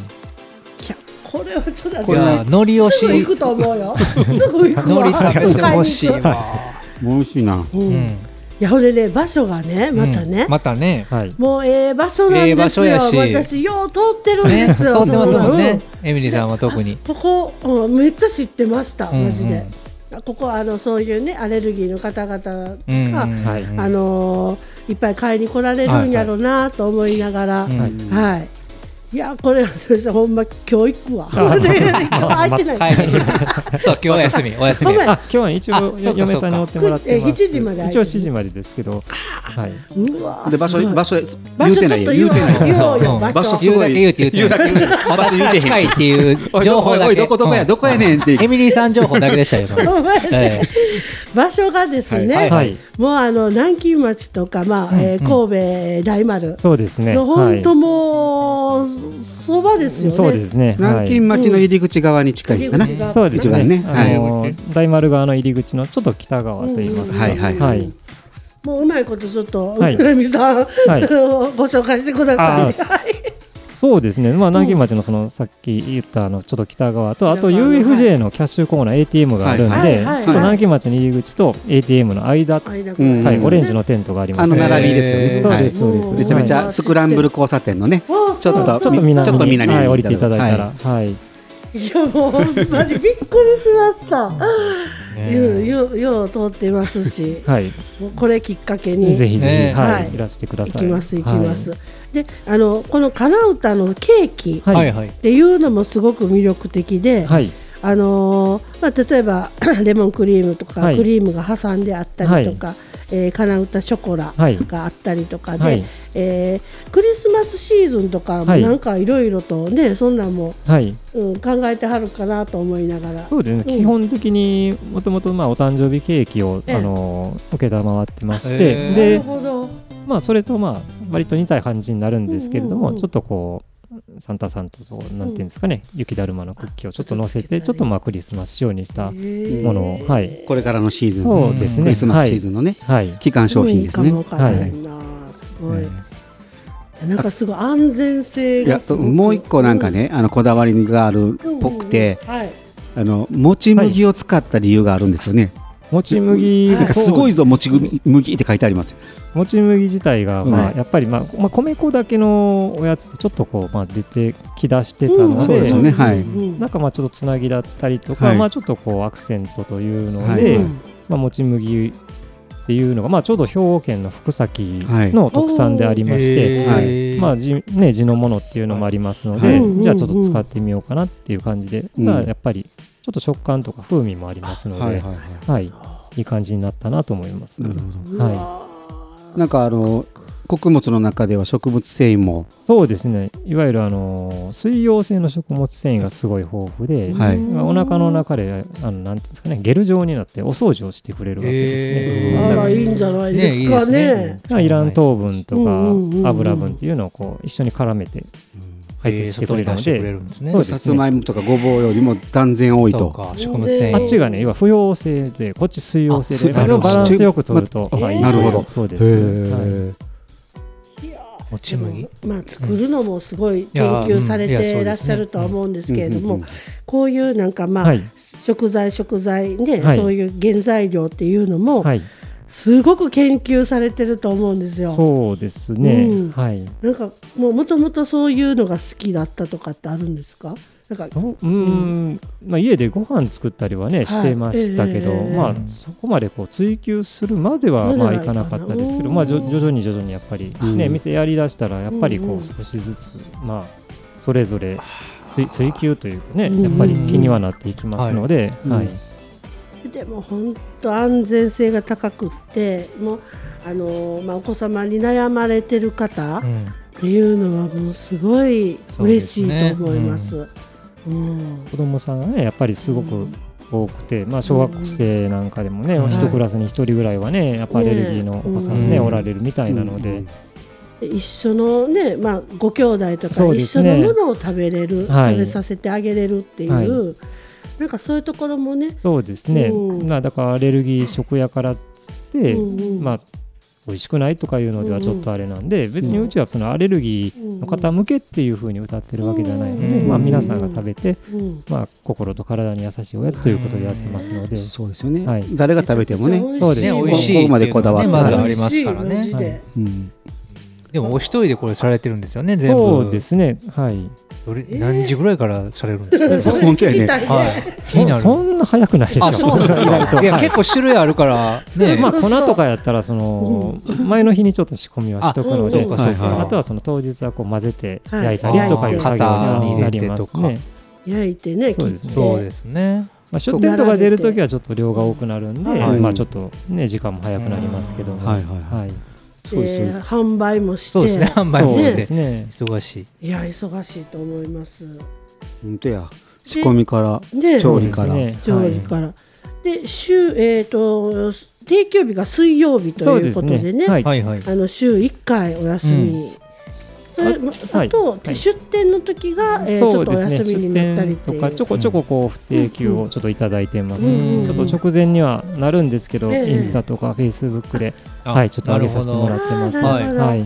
[SPEAKER 2] いやこれはちょっと
[SPEAKER 3] いや、海苔を
[SPEAKER 2] す
[SPEAKER 3] し、
[SPEAKER 2] ぐ行
[SPEAKER 3] 海
[SPEAKER 2] くと思
[SPEAKER 3] [LAUGHS]
[SPEAKER 2] うよすぐ行くわ
[SPEAKER 3] 苔食べてほしいわ。
[SPEAKER 4] 美味しいな
[SPEAKER 2] うん
[SPEAKER 3] う
[SPEAKER 2] い
[SPEAKER 3] ん
[SPEAKER 2] やほんでね場所がねまたね、
[SPEAKER 3] またね。
[SPEAKER 6] はい。
[SPEAKER 2] もうええ場所なん
[SPEAKER 3] ええ
[SPEAKER 2] で
[SPEAKER 3] 場
[SPEAKER 2] す
[SPEAKER 3] 所
[SPEAKER 2] よ、
[SPEAKER 3] やし
[SPEAKER 2] 私よう通ってるん
[SPEAKER 3] ね、
[SPEAKER 2] で
[SPEAKER 3] 通
[SPEAKER 2] すよ、
[SPEAKER 3] ってますもん
[SPEAKER 2] う
[SPEAKER 3] ね
[SPEAKER 2] ん。
[SPEAKER 3] エミリーさんは特に。
[SPEAKER 2] ここ、うん、めっちゃ知ってましたマジで
[SPEAKER 3] うん、
[SPEAKER 2] ここあのそういうねアレルギーの方々が、
[SPEAKER 3] うん
[SPEAKER 6] はい
[SPEAKER 2] あのーいっぱい買いに来られるんやろうなと思いながら、はい
[SPEAKER 3] うん
[SPEAKER 2] いやこれ私ほんま今日行くわ [LAUGHS] 空いてない、
[SPEAKER 3] 帰りに。 [LAUGHS] そう、今日は休み、お休み。
[SPEAKER 2] ほんまや
[SPEAKER 6] [LAUGHS] あ、今日は一
[SPEAKER 3] あ
[SPEAKER 6] 応
[SPEAKER 3] そうか
[SPEAKER 6] 嫁さんに乗ってもらってます。
[SPEAKER 2] え7時まで
[SPEAKER 6] 一応7時までですけど。はい。
[SPEAKER 2] うわ
[SPEAKER 4] で場所
[SPEAKER 2] すごい
[SPEAKER 4] 場所
[SPEAKER 2] 場
[SPEAKER 4] 言
[SPEAKER 2] 所
[SPEAKER 4] う
[SPEAKER 2] ち
[SPEAKER 4] て
[SPEAKER 2] ょ
[SPEAKER 4] な
[SPEAKER 2] っ
[SPEAKER 4] い
[SPEAKER 2] と
[SPEAKER 4] よ言
[SPEAKER 2] 言お
[SPEAKER 4] う
[SPEAKER 2] う
[SPEAKER 4] てない
[SPEAKER 2] よ言
[SPEAKER 4] よ
[SPEAKER 2] おうよ
[SPEAKER 3] うん
[SPEAKER 2] 場
[SPEAKER 4] 場所
[SPEAKER 2] 所
[SPEAKER 4] す
[SPEAKER 3] 言う
[SPEAKER 4] ご
[SPEAKER 3] だ
[SPEAKER 4] い
[SPEAKER 3] け言うって言うて
[SPEAKER 4] だけ言う
[SPEAKER 3] 私
[SPEAKER 4] 言う
[SPEAKER 3] が
[SPEAKER 4] てへん
[SPEAKER 3] 近いっていう
[SPEAKER 4] お
[SPEAKER 3] [LAUGHS]
[SPEAKER 4] い
[SPEAKER 3] 情報だ
[SPEAKER 4] おい
[SPEAKER 3] け。
[SPEAKER 4] どこどこやどこやねんって
[SPEAKER 3] エミリーさん情報だけでしたよ。
[SPEAKER 2] [LAUGHS]
[SPEAKER 3] 今
[SPEAKER 2] ごめん
[SPEAKER 3] え
[SPEAKER 2] 場所がですね、
[SPEAKER 3] はい
[SPEAKER 6] はい。
[SPEAKER 2] もうあの南京町とか、まあえー神戸大丸
[SPEAKER 6] そうですね。
[SPEAKER 2] の
[SPEAKER 6] は
[SPEAKER 2] 本
[SPEAKER 6] い
[SPEAKER 2] 当もうそばですよね。
[SPEAKER 6] そうですね。はい
[SPEAKER 4] 南京町の入り口側に近いかな、
[SPEAKER 2] 入り口側
[SPEAKER 6] そうです
[SPEAKER 4] 一番ね
[SPEAKER 6] ね。あ
[SPEAKER 4] はい
[SPEAKER 6] の大丸川の入り口のちょっと北側と言いますか。
[SPEAKER 4] はいはい
[SPEAKER 6] はい。
[SPEAKER 2] もううまいことちょっと、 [LAUGHS]
[SPEAKER 6] はい
[SPEAKER 2] うらみさん、
[SPEAKER 6] い
[SPEAKER 2] ご紹介してください。
[SPEAKER 6] そうですね、まあ、南京町のそのさっき言ったあのちょっと北側と、あと
[SPEAKER 2] 北側の
[SPEAKER 6] UFJ のキャッシュコーナー、ATM があるん
[SPEAKER 4] はい
[SPEAKER 2] はい
[SPEAKER 6] で、ち
[SPEAKER 2] はい
[SPEAKER 6] ょっと南京町の入り口と ATM の間、は
[SPEAKER 2] 間
[SPEAKER 4] うん
[SPEAKER 6] い、オレンジのテントがありま
[SPEAKER 4] あ
[SPEAKER 6] す
[SPEAKER 4] の
[SPEAKER 6] ね
[SPEAKER 4] 並びですよ
[SPEAKER 3] え
[SPEAKER 4] ね、
[SPEAKER 3] ー
[SPEAKER 6] そうです、
[SPEAKER 4] は
[SPEAKER 6] そう
[SPEAKER 4] い
[SPEAKER 6] です。
[SPEAKER 4] めちゃめち
[SPEAKER 6] はい
[SPEAKER 4] ゃスクランブル交差点のね
[SPEAKER 2] そうそう
[SPEAKER 4] ちょっと
[SPEAKER 2] そう
[SPEAKER 6] ちょっと
[SPEAKER 4] ちょっと
[SPEAKER 6] 南に
[SPEAKER 4] 南に
[SPEAKER 6] はい降りていただいたら、はい。
[SPEAKER 2] いやもうほんまにびっくりしました。よう
[SPEAKER 3] え
[SPEAKER 2] ようよう通ってますし、
[SPEAKER 6] はい。
[SPEAKER 2] もうこれきっかけに
[SPEAKER 6] ぜひぜ
[SPEAKER 3] ね
[SPEAKER 6] ひ、は
[SPEAKER 2] はい
[SPEAKER 6] い。いらしてくだ
[SPEAKER 2] 行
[SPEAKER 6] さ
[SPEAKER 2] き
[SPEAKER 6] い。
[SPEAKER 2] ます行きます。
[SPEAKER 6] は
[SPEAKER 2] で、あのこのカナウタのケーキ
[SPEAKER 6] い。は
[SPEAKER 3] はいい。はい。
[SPEAKER 2] っていうのもすごく魅力的で、
[SPEAKER 6] はい。
[SPEAKER 2] あのーまあ、例えば [CLEARS THROAT] レモンクリームとか、
[SPEAKER 6] はい
[SPEAKER 2] クリームが挟んであったりとか、えー、カナウタショコラ
[SPEAKER 6] はい
[SPEAKER 2] があったりとかで、
[SPEAKER 6] はい
[SPEAKER 2] えークリスマスシーズンとかも
[SPEAKER 6] はい
[SPEAKER 2] なんかいろいろとねそんなんも、
[SPEAKER 6] はい。
[SPEAKER 2] うん、考えてはるかなと思いながら
[SPEAKER 6] そうですね、
[SPEAKER 2] うん
[SPEAKER 6] 基本的にもともとまあお誕生日ケーキを、
[SPEAKER 2] ええ
[SPEAKER 6] あの受けたまわってまし
[SPEAKER 3] へ
[SPEAKER 6] て、
[SPEAKER 3] ー
[SPEAKER 2] なる
[SPEAKER 6] で、
[SPEAKER 2] ほど
[SPEAKER 6] まあ、それとまあ割と似た感じになるんですけれども、
[SPEAKER 2] うんうんうん
[SPEAKER 6] ちょっとこうサンタさんとこうなんていうんですかね、雪だるまのクッキーをちょっと乗せてちょっとまあクリスマス仕様にしたものを、はい
[SPEAKER 4] これからのシーズン
[SPEAKER 6] そうですね
[SPEAKER 4] クリスマスシーズンのね、
[SPEAKER 6] はい
[SPEAKER 4] 期間商品ですね
[SPEAKER 2] いいかもわからんな、すごい、なんかすごい安全性
[SPEAKER 4] いや
[SPEAKER 2] がす
[SPEAKER 4] と
[SPEAKER 2] ごく
[SPEAKER 4] もう一個なんか、ね、あのこだわりがある
[SPEAKER 2] うん
[SPEAKER 4] っぽくて、
[SPEAKER 2] うんはい、
[SPEAKER 4] あのもち麦を使った理由があるんですよね、
[SPEAKER 6] もち麦
[SPEAKER 4] なんかすごい
[SPEAKER 6] そ
[SPEAKER 4] ぞ
[SPEAKER 6] う
[SPEAKER 4] もち麦麦って書いてあります
[SPEAKER 6] もち麦自体がま
[SPEAKER 4] は
[SPEAKER 6] あやっぱりまあ、まあ、米粉だけのおやつってちょっとこうまあ出てきだしてたので、
[SPEAKER 2] うん
[SPEAKER 4] そうですよねはい
[SPEAKER 2] うん
[SPEAKER 6] なんかまあちょっとつなぎだったりとか、
[SPEAKER 4] はい
[SPEAKER 6] まあちょっとこうアクセントというの
[SPEAKER 4] はい
[SPEAKER 6] で、
[SPEAKER 4] うん
[SPEAKER 6] まあ、もち麦っていうのが、まあ、ちょうど兵庫県の福崎の特産でありまして、
[SPEAKER 4] はい
[SPEAKER 6] まあじね、地のものっていうのもありますの
[SPEAKER 4] はい
[SPEAKER 6] で、
[SPEAKER 2] うん
[SPEAKER 6] じゃあちょっと使ってみようかなっていう感じで、
[SPEAKER 4] うん
[SPEAKER 6] ただやっぱりちょっと食感とか風味もありますので、はい
[SPEAKER 4] い
[SPEAKER 6] い、い感じになったなと思います。
[SPEAKER 4] なるほ
[SPEAKER 6] は
[SPEAKER 2] うわ
[SPEAKER 4] どなんかあの穀物の中では植物繊維も
[SPEAKER 6] そうですねいわゆるあの水溶性の食物繊維がすごい豊富で、
[SPEAKER 4] はい
[SPEAKER 6] まあお腹の中であのなんていうんですかねゲル状になってお掃除をしてくれるわけですね。
[SPEAKER 3] へー
[SPEAKER 2] あらいいんじゃないですかね
[SPEAKER 6] だからイラン糖分とか
[SPEAKER 2] うんうんうんうん
[SPEAKER 6] 油分っていうのをこう一緒に絡めて排泄してくれるの
[SPEAKER 3] 外に出してくれ
[SPEAKER 6] で、
[SPEAKER 3] るんですね
[SPEAKER 6] そうですね
[SPEAKER 4] さつまいもとかごぼうよりも断然多い
[SPEAKER 3] そう
[SPEAKER 4] と
[SPEAKER 3] か食物繊
[SPEAKER 2] 全然
[SPEAKER 6] あっ
[SPEAKER 3] 維
[SPEAKER 6] ちがね、今不溶性で、こっち水溶性
[SPEAKER 4] あ
[SPEAKER 6] で、あれをバランスよく取ると、
[SPEAKER 2] ま
[SPEAKER 6] まあいい
[SPEAKER 2] なるほ
[SPEAKER 4] ど
[SPEAKER 6] そうで
[SPEAKER 4] へ
[SPEAKER 6] すね。はい
[SPEAKER 4] ー
[SPEAKER 3] もち麦
[SPEAKER 2] でもまあ作るのもすごい研
[SPEAKER 3] う
[SPEAKER 2] 究
[SPEAKER 3] ん
[SPEAKER 2] され
[SPEAKER 3] いやーうんいやそうですね
[SPEAKER 2] ていらっしゃるとは思うんですけれど
[SPEAKER 4] うん
[SPEAKER 2] も
[SPEAKER 4] うんうん
[SPEAKER 2] こういうなんかまあ、
[SPEAKER 6] はい
[SPEAKER 2] 食材食材ね、
[SPEAKER 6] はい
[SPEAKER 2] そういう原材料っていうのも
[SPEAKER 6] はい、
[SPEAKER 2] すごく研究されてると思うんですよ。
[SPEAKER 6] そうですね
[SPEAKER 2] うん。
[SPEAKER 6] はい。
[SPEAKER 2] なんかもうもともとそういうのが好きだったとかってあるんですかなんか
[SPEAKER 6] うーん、まあ家でご飯作ったりはね、
[SPEAKER 2] い
[SPEAKER 6] してましたけど、
[SPEAKER 2] ええ
[SPEAKER 6] まあそこまでこう追求するまではま
[SPEAKER 2] ま
[SPEAKER 6] あ
[SPEAKER 2] だ
[SPEAKER 6] いかなかったですけど、
[SPEAKER 2] うん
[SPEAKER 6] まあじょ徐々に徐々にやっぱりね、
[SPEAKER 4] うん
[SPEAKER 6] 店やりだしたらやっぱり
[SPEAKER 2] うん
[SPEAKER 6] こ
[SPEAKER 2] うん
[SPEAKER 6] う少しずつまあそれぞれ追追求というかね、
[SPEAKER 2] うん
[SPEAKER 6] やっぱり気にはなっていきますので、
[SPEAKER 4] うん
[SPEAKER 6] はい
[SPEAKER 4] うん。
[SPEAKER 2] でも本当安全性が高くってもうあのー、まあ、お子様に悩まれてる方っ
[SPEAKER 3] うん
[SPEAKER 2] ていうのはもうすごい嬉しいと思います。うん
[SPEAKER 6] 子供さんがねやっぱりすごく多くて、まあ、小学生なんかでもね、
[SPEAKER 3] うん
[SPEAKER 6] 一クラスに一人ぐらいはねやっぱアレルギーのお子さんね、
[SPEAKER 3] うん
[SPEAKER 6] おられるみたいなので、
[SPEAKER 2] 一緒のね、まあ、ご兄弟と
[SPEAKER 6] そ
[SPEAKER 2] か
[SPEAKER 6] う
[SPEAKER 2] 一
[SPEAKER 6] で
[SPEAKER 2] 緒の
[SPEAKER 6] すね
[SPEAKER 2] ものを食べれる、
[SPEAKER 6] はい
[SPEAKER 2] 食べさせてあげれるっていう、
[SPEAKER 6] はい
[SPEAKER 2] なんかそういうところもね、
[SPEAKER 6] そうですね、
[SPEAKER 2] うん
[SPEAKER 6] まあ、だからアレルギー食やからっつって、
[SPEAKER 2] うんうん
[SPEAKER 6] まあ美味しくないとかいうのではちょっとあれなんで、別にうちはそのアレルギーの方向けっていうふうに歌ってるわけじゃないので、
[SPEAKER 3] うん
[SPEAKER 6] まあ、皆さんが食べて、
[SPEAKER 2] うん
[SPEAKER 6] まあ、心と体に優しいおやつということでやってますので、
[SPEAKER 4] そうですよね、
[SPEAKER 6] はい
[SPEAKER 4] 誰が食べてもね、
[SPEAKER 2] めちゃくちゃ
[SPEAKER 3] ね
[SPEAKER 2] もん
[SPEAKER 3] 美味しい
[SPEAKER 4] ここまでこだわ
[SPEAKER 3] っ
[SPEAKER 4] って
[SPEAKER 3] いう
[SPEAKER 4] たら
[SPEAKER 3] のはねまずありますから
[SPEAKER 2] 美味し
[SPEAKER 3] ね
[SPEAKER 2] いマジで
[SPEAKER 4] うん
[SPEAKER 3] でもお一人でこれされてるんですよね全部
[SPEAKER 6] そうですねはい
[SPEAKER 3] どれ
[SPEAKER 2] えー
[SPEAKER 3] 何時ぐらいからされるんですか
[SPEAKER 4] そう本当やね
[SPEAKER 2] [LAUGHS] 聞きたい
[SPEAKER 3] はい気になる
[SPEAKER 6] そんな早くないですよ
[SPEAKER 3] あそうなんですかいや結構種類あるからね
[SPEAKER 6] まあ粉とかやったらその前の日にちょっと仕込みはしとくの
[SPEAKER 2] あ
[SPEAKER 6] で
[SPEAKER 2] そう
[SPEAKER 3] かそうか
[SPEAKER 6] あとはその当日はこう混ぜて
[SPEAKER 2] はい
[SPEAKER 6] 焼いたりとかいう作業になります
[SPEAKER 3] 型に入れ
[SPEAKER 6] ね
[SPEAKER 3] て。
[SPEAKER 2] 焼いてね、
[SPEAKER 6] そ
[SPEAKER 2] 切っ
[SPEAKER 6] うです
[SPEAKER 2] て。
[SPEAKER 6] ね
[SPEAKER 3] そうですね
[SPEAKER 6] まあ出店とか出るときはちょっと量が多くなるんで、
[SPEAKER 4] はい
[SPEAKER 6] まあちょっとね時間も早くなりますけども、
[SPEAKER 4] はいはいはい
[SPEAKER 6] い
[SPEAKER 4] そうですよね
[SPEAKER 2] で販売もして
[SPEAKER 3] そうですね販売
[SPEAKER 6] そ
[SPEAKER 3] も
[SPEAKER 6] う
[SPEAKER 3] し
[SPEAKER 6] で
[SPEAKER 3] て
[SPEAKER 6] すね。
[SPEAKER 3] 忙しい
[SPEAKER 2] いや忙しいと思います
[SPEAKER 4] 本当や仕込みから
[SPEAKER 2] で
[SPEAKER 4] 調理から、
[SPEAKER 6] そうですね
[SPEAKER 2] 調理から、で週えっ、と定休日が水曜日と
[SPEAKER 6] そう
[SPEAKER 2] い
[SPEAKER 6] で
[SPEAKER 2] うこ
[SPEAKER 6] す
[SPEAKER 2] とでね
[SPEAKER 6] ね。はい。
[SPEAKER 3] はいはい
[SPEAKER 2] あの週1回お休み、それま
[SPEAKER 6] あは
[SPEAKER 2] あ
[SPEAKER 6] い
[SPEAKER 2] と、
[SPEAKER 6] はい
[SPEAKER 2] 出店の時が、えーちょ
[SPEAKER 6] そ
[SPEAKER 2] っ
[SPEAKER 6] う
[SPEAKER 2] とお
[SPEAKER 6] ですね。
[SPEAKER 2] 休み
[SPEAKER 6] 出
[SPEAKER 2] になったり
[SPEAKER 6] 店
[SPEAKER 2] って
[SPEAKER 6] と
[SPEAKER 2] いう
[SPEAKER 6] かちょこちょここう不定休をちょっといただいてます。
[SPEAKER 2] うん
[SPEAKER 6] ちょっと直前にはなるんですけど、
[SPEAKER 2] ええ
[SPEAKER 6] インスタとかフェイスブックで、
[SPEAKER 3] あ
[SPEAKER 6] はい、ちょっと上げさせてもらってます。
[SPEAKER 2] あー
[SPEAKER 3] なる
[SPEAKER 2] ほど
[SPEAKER 6] はい。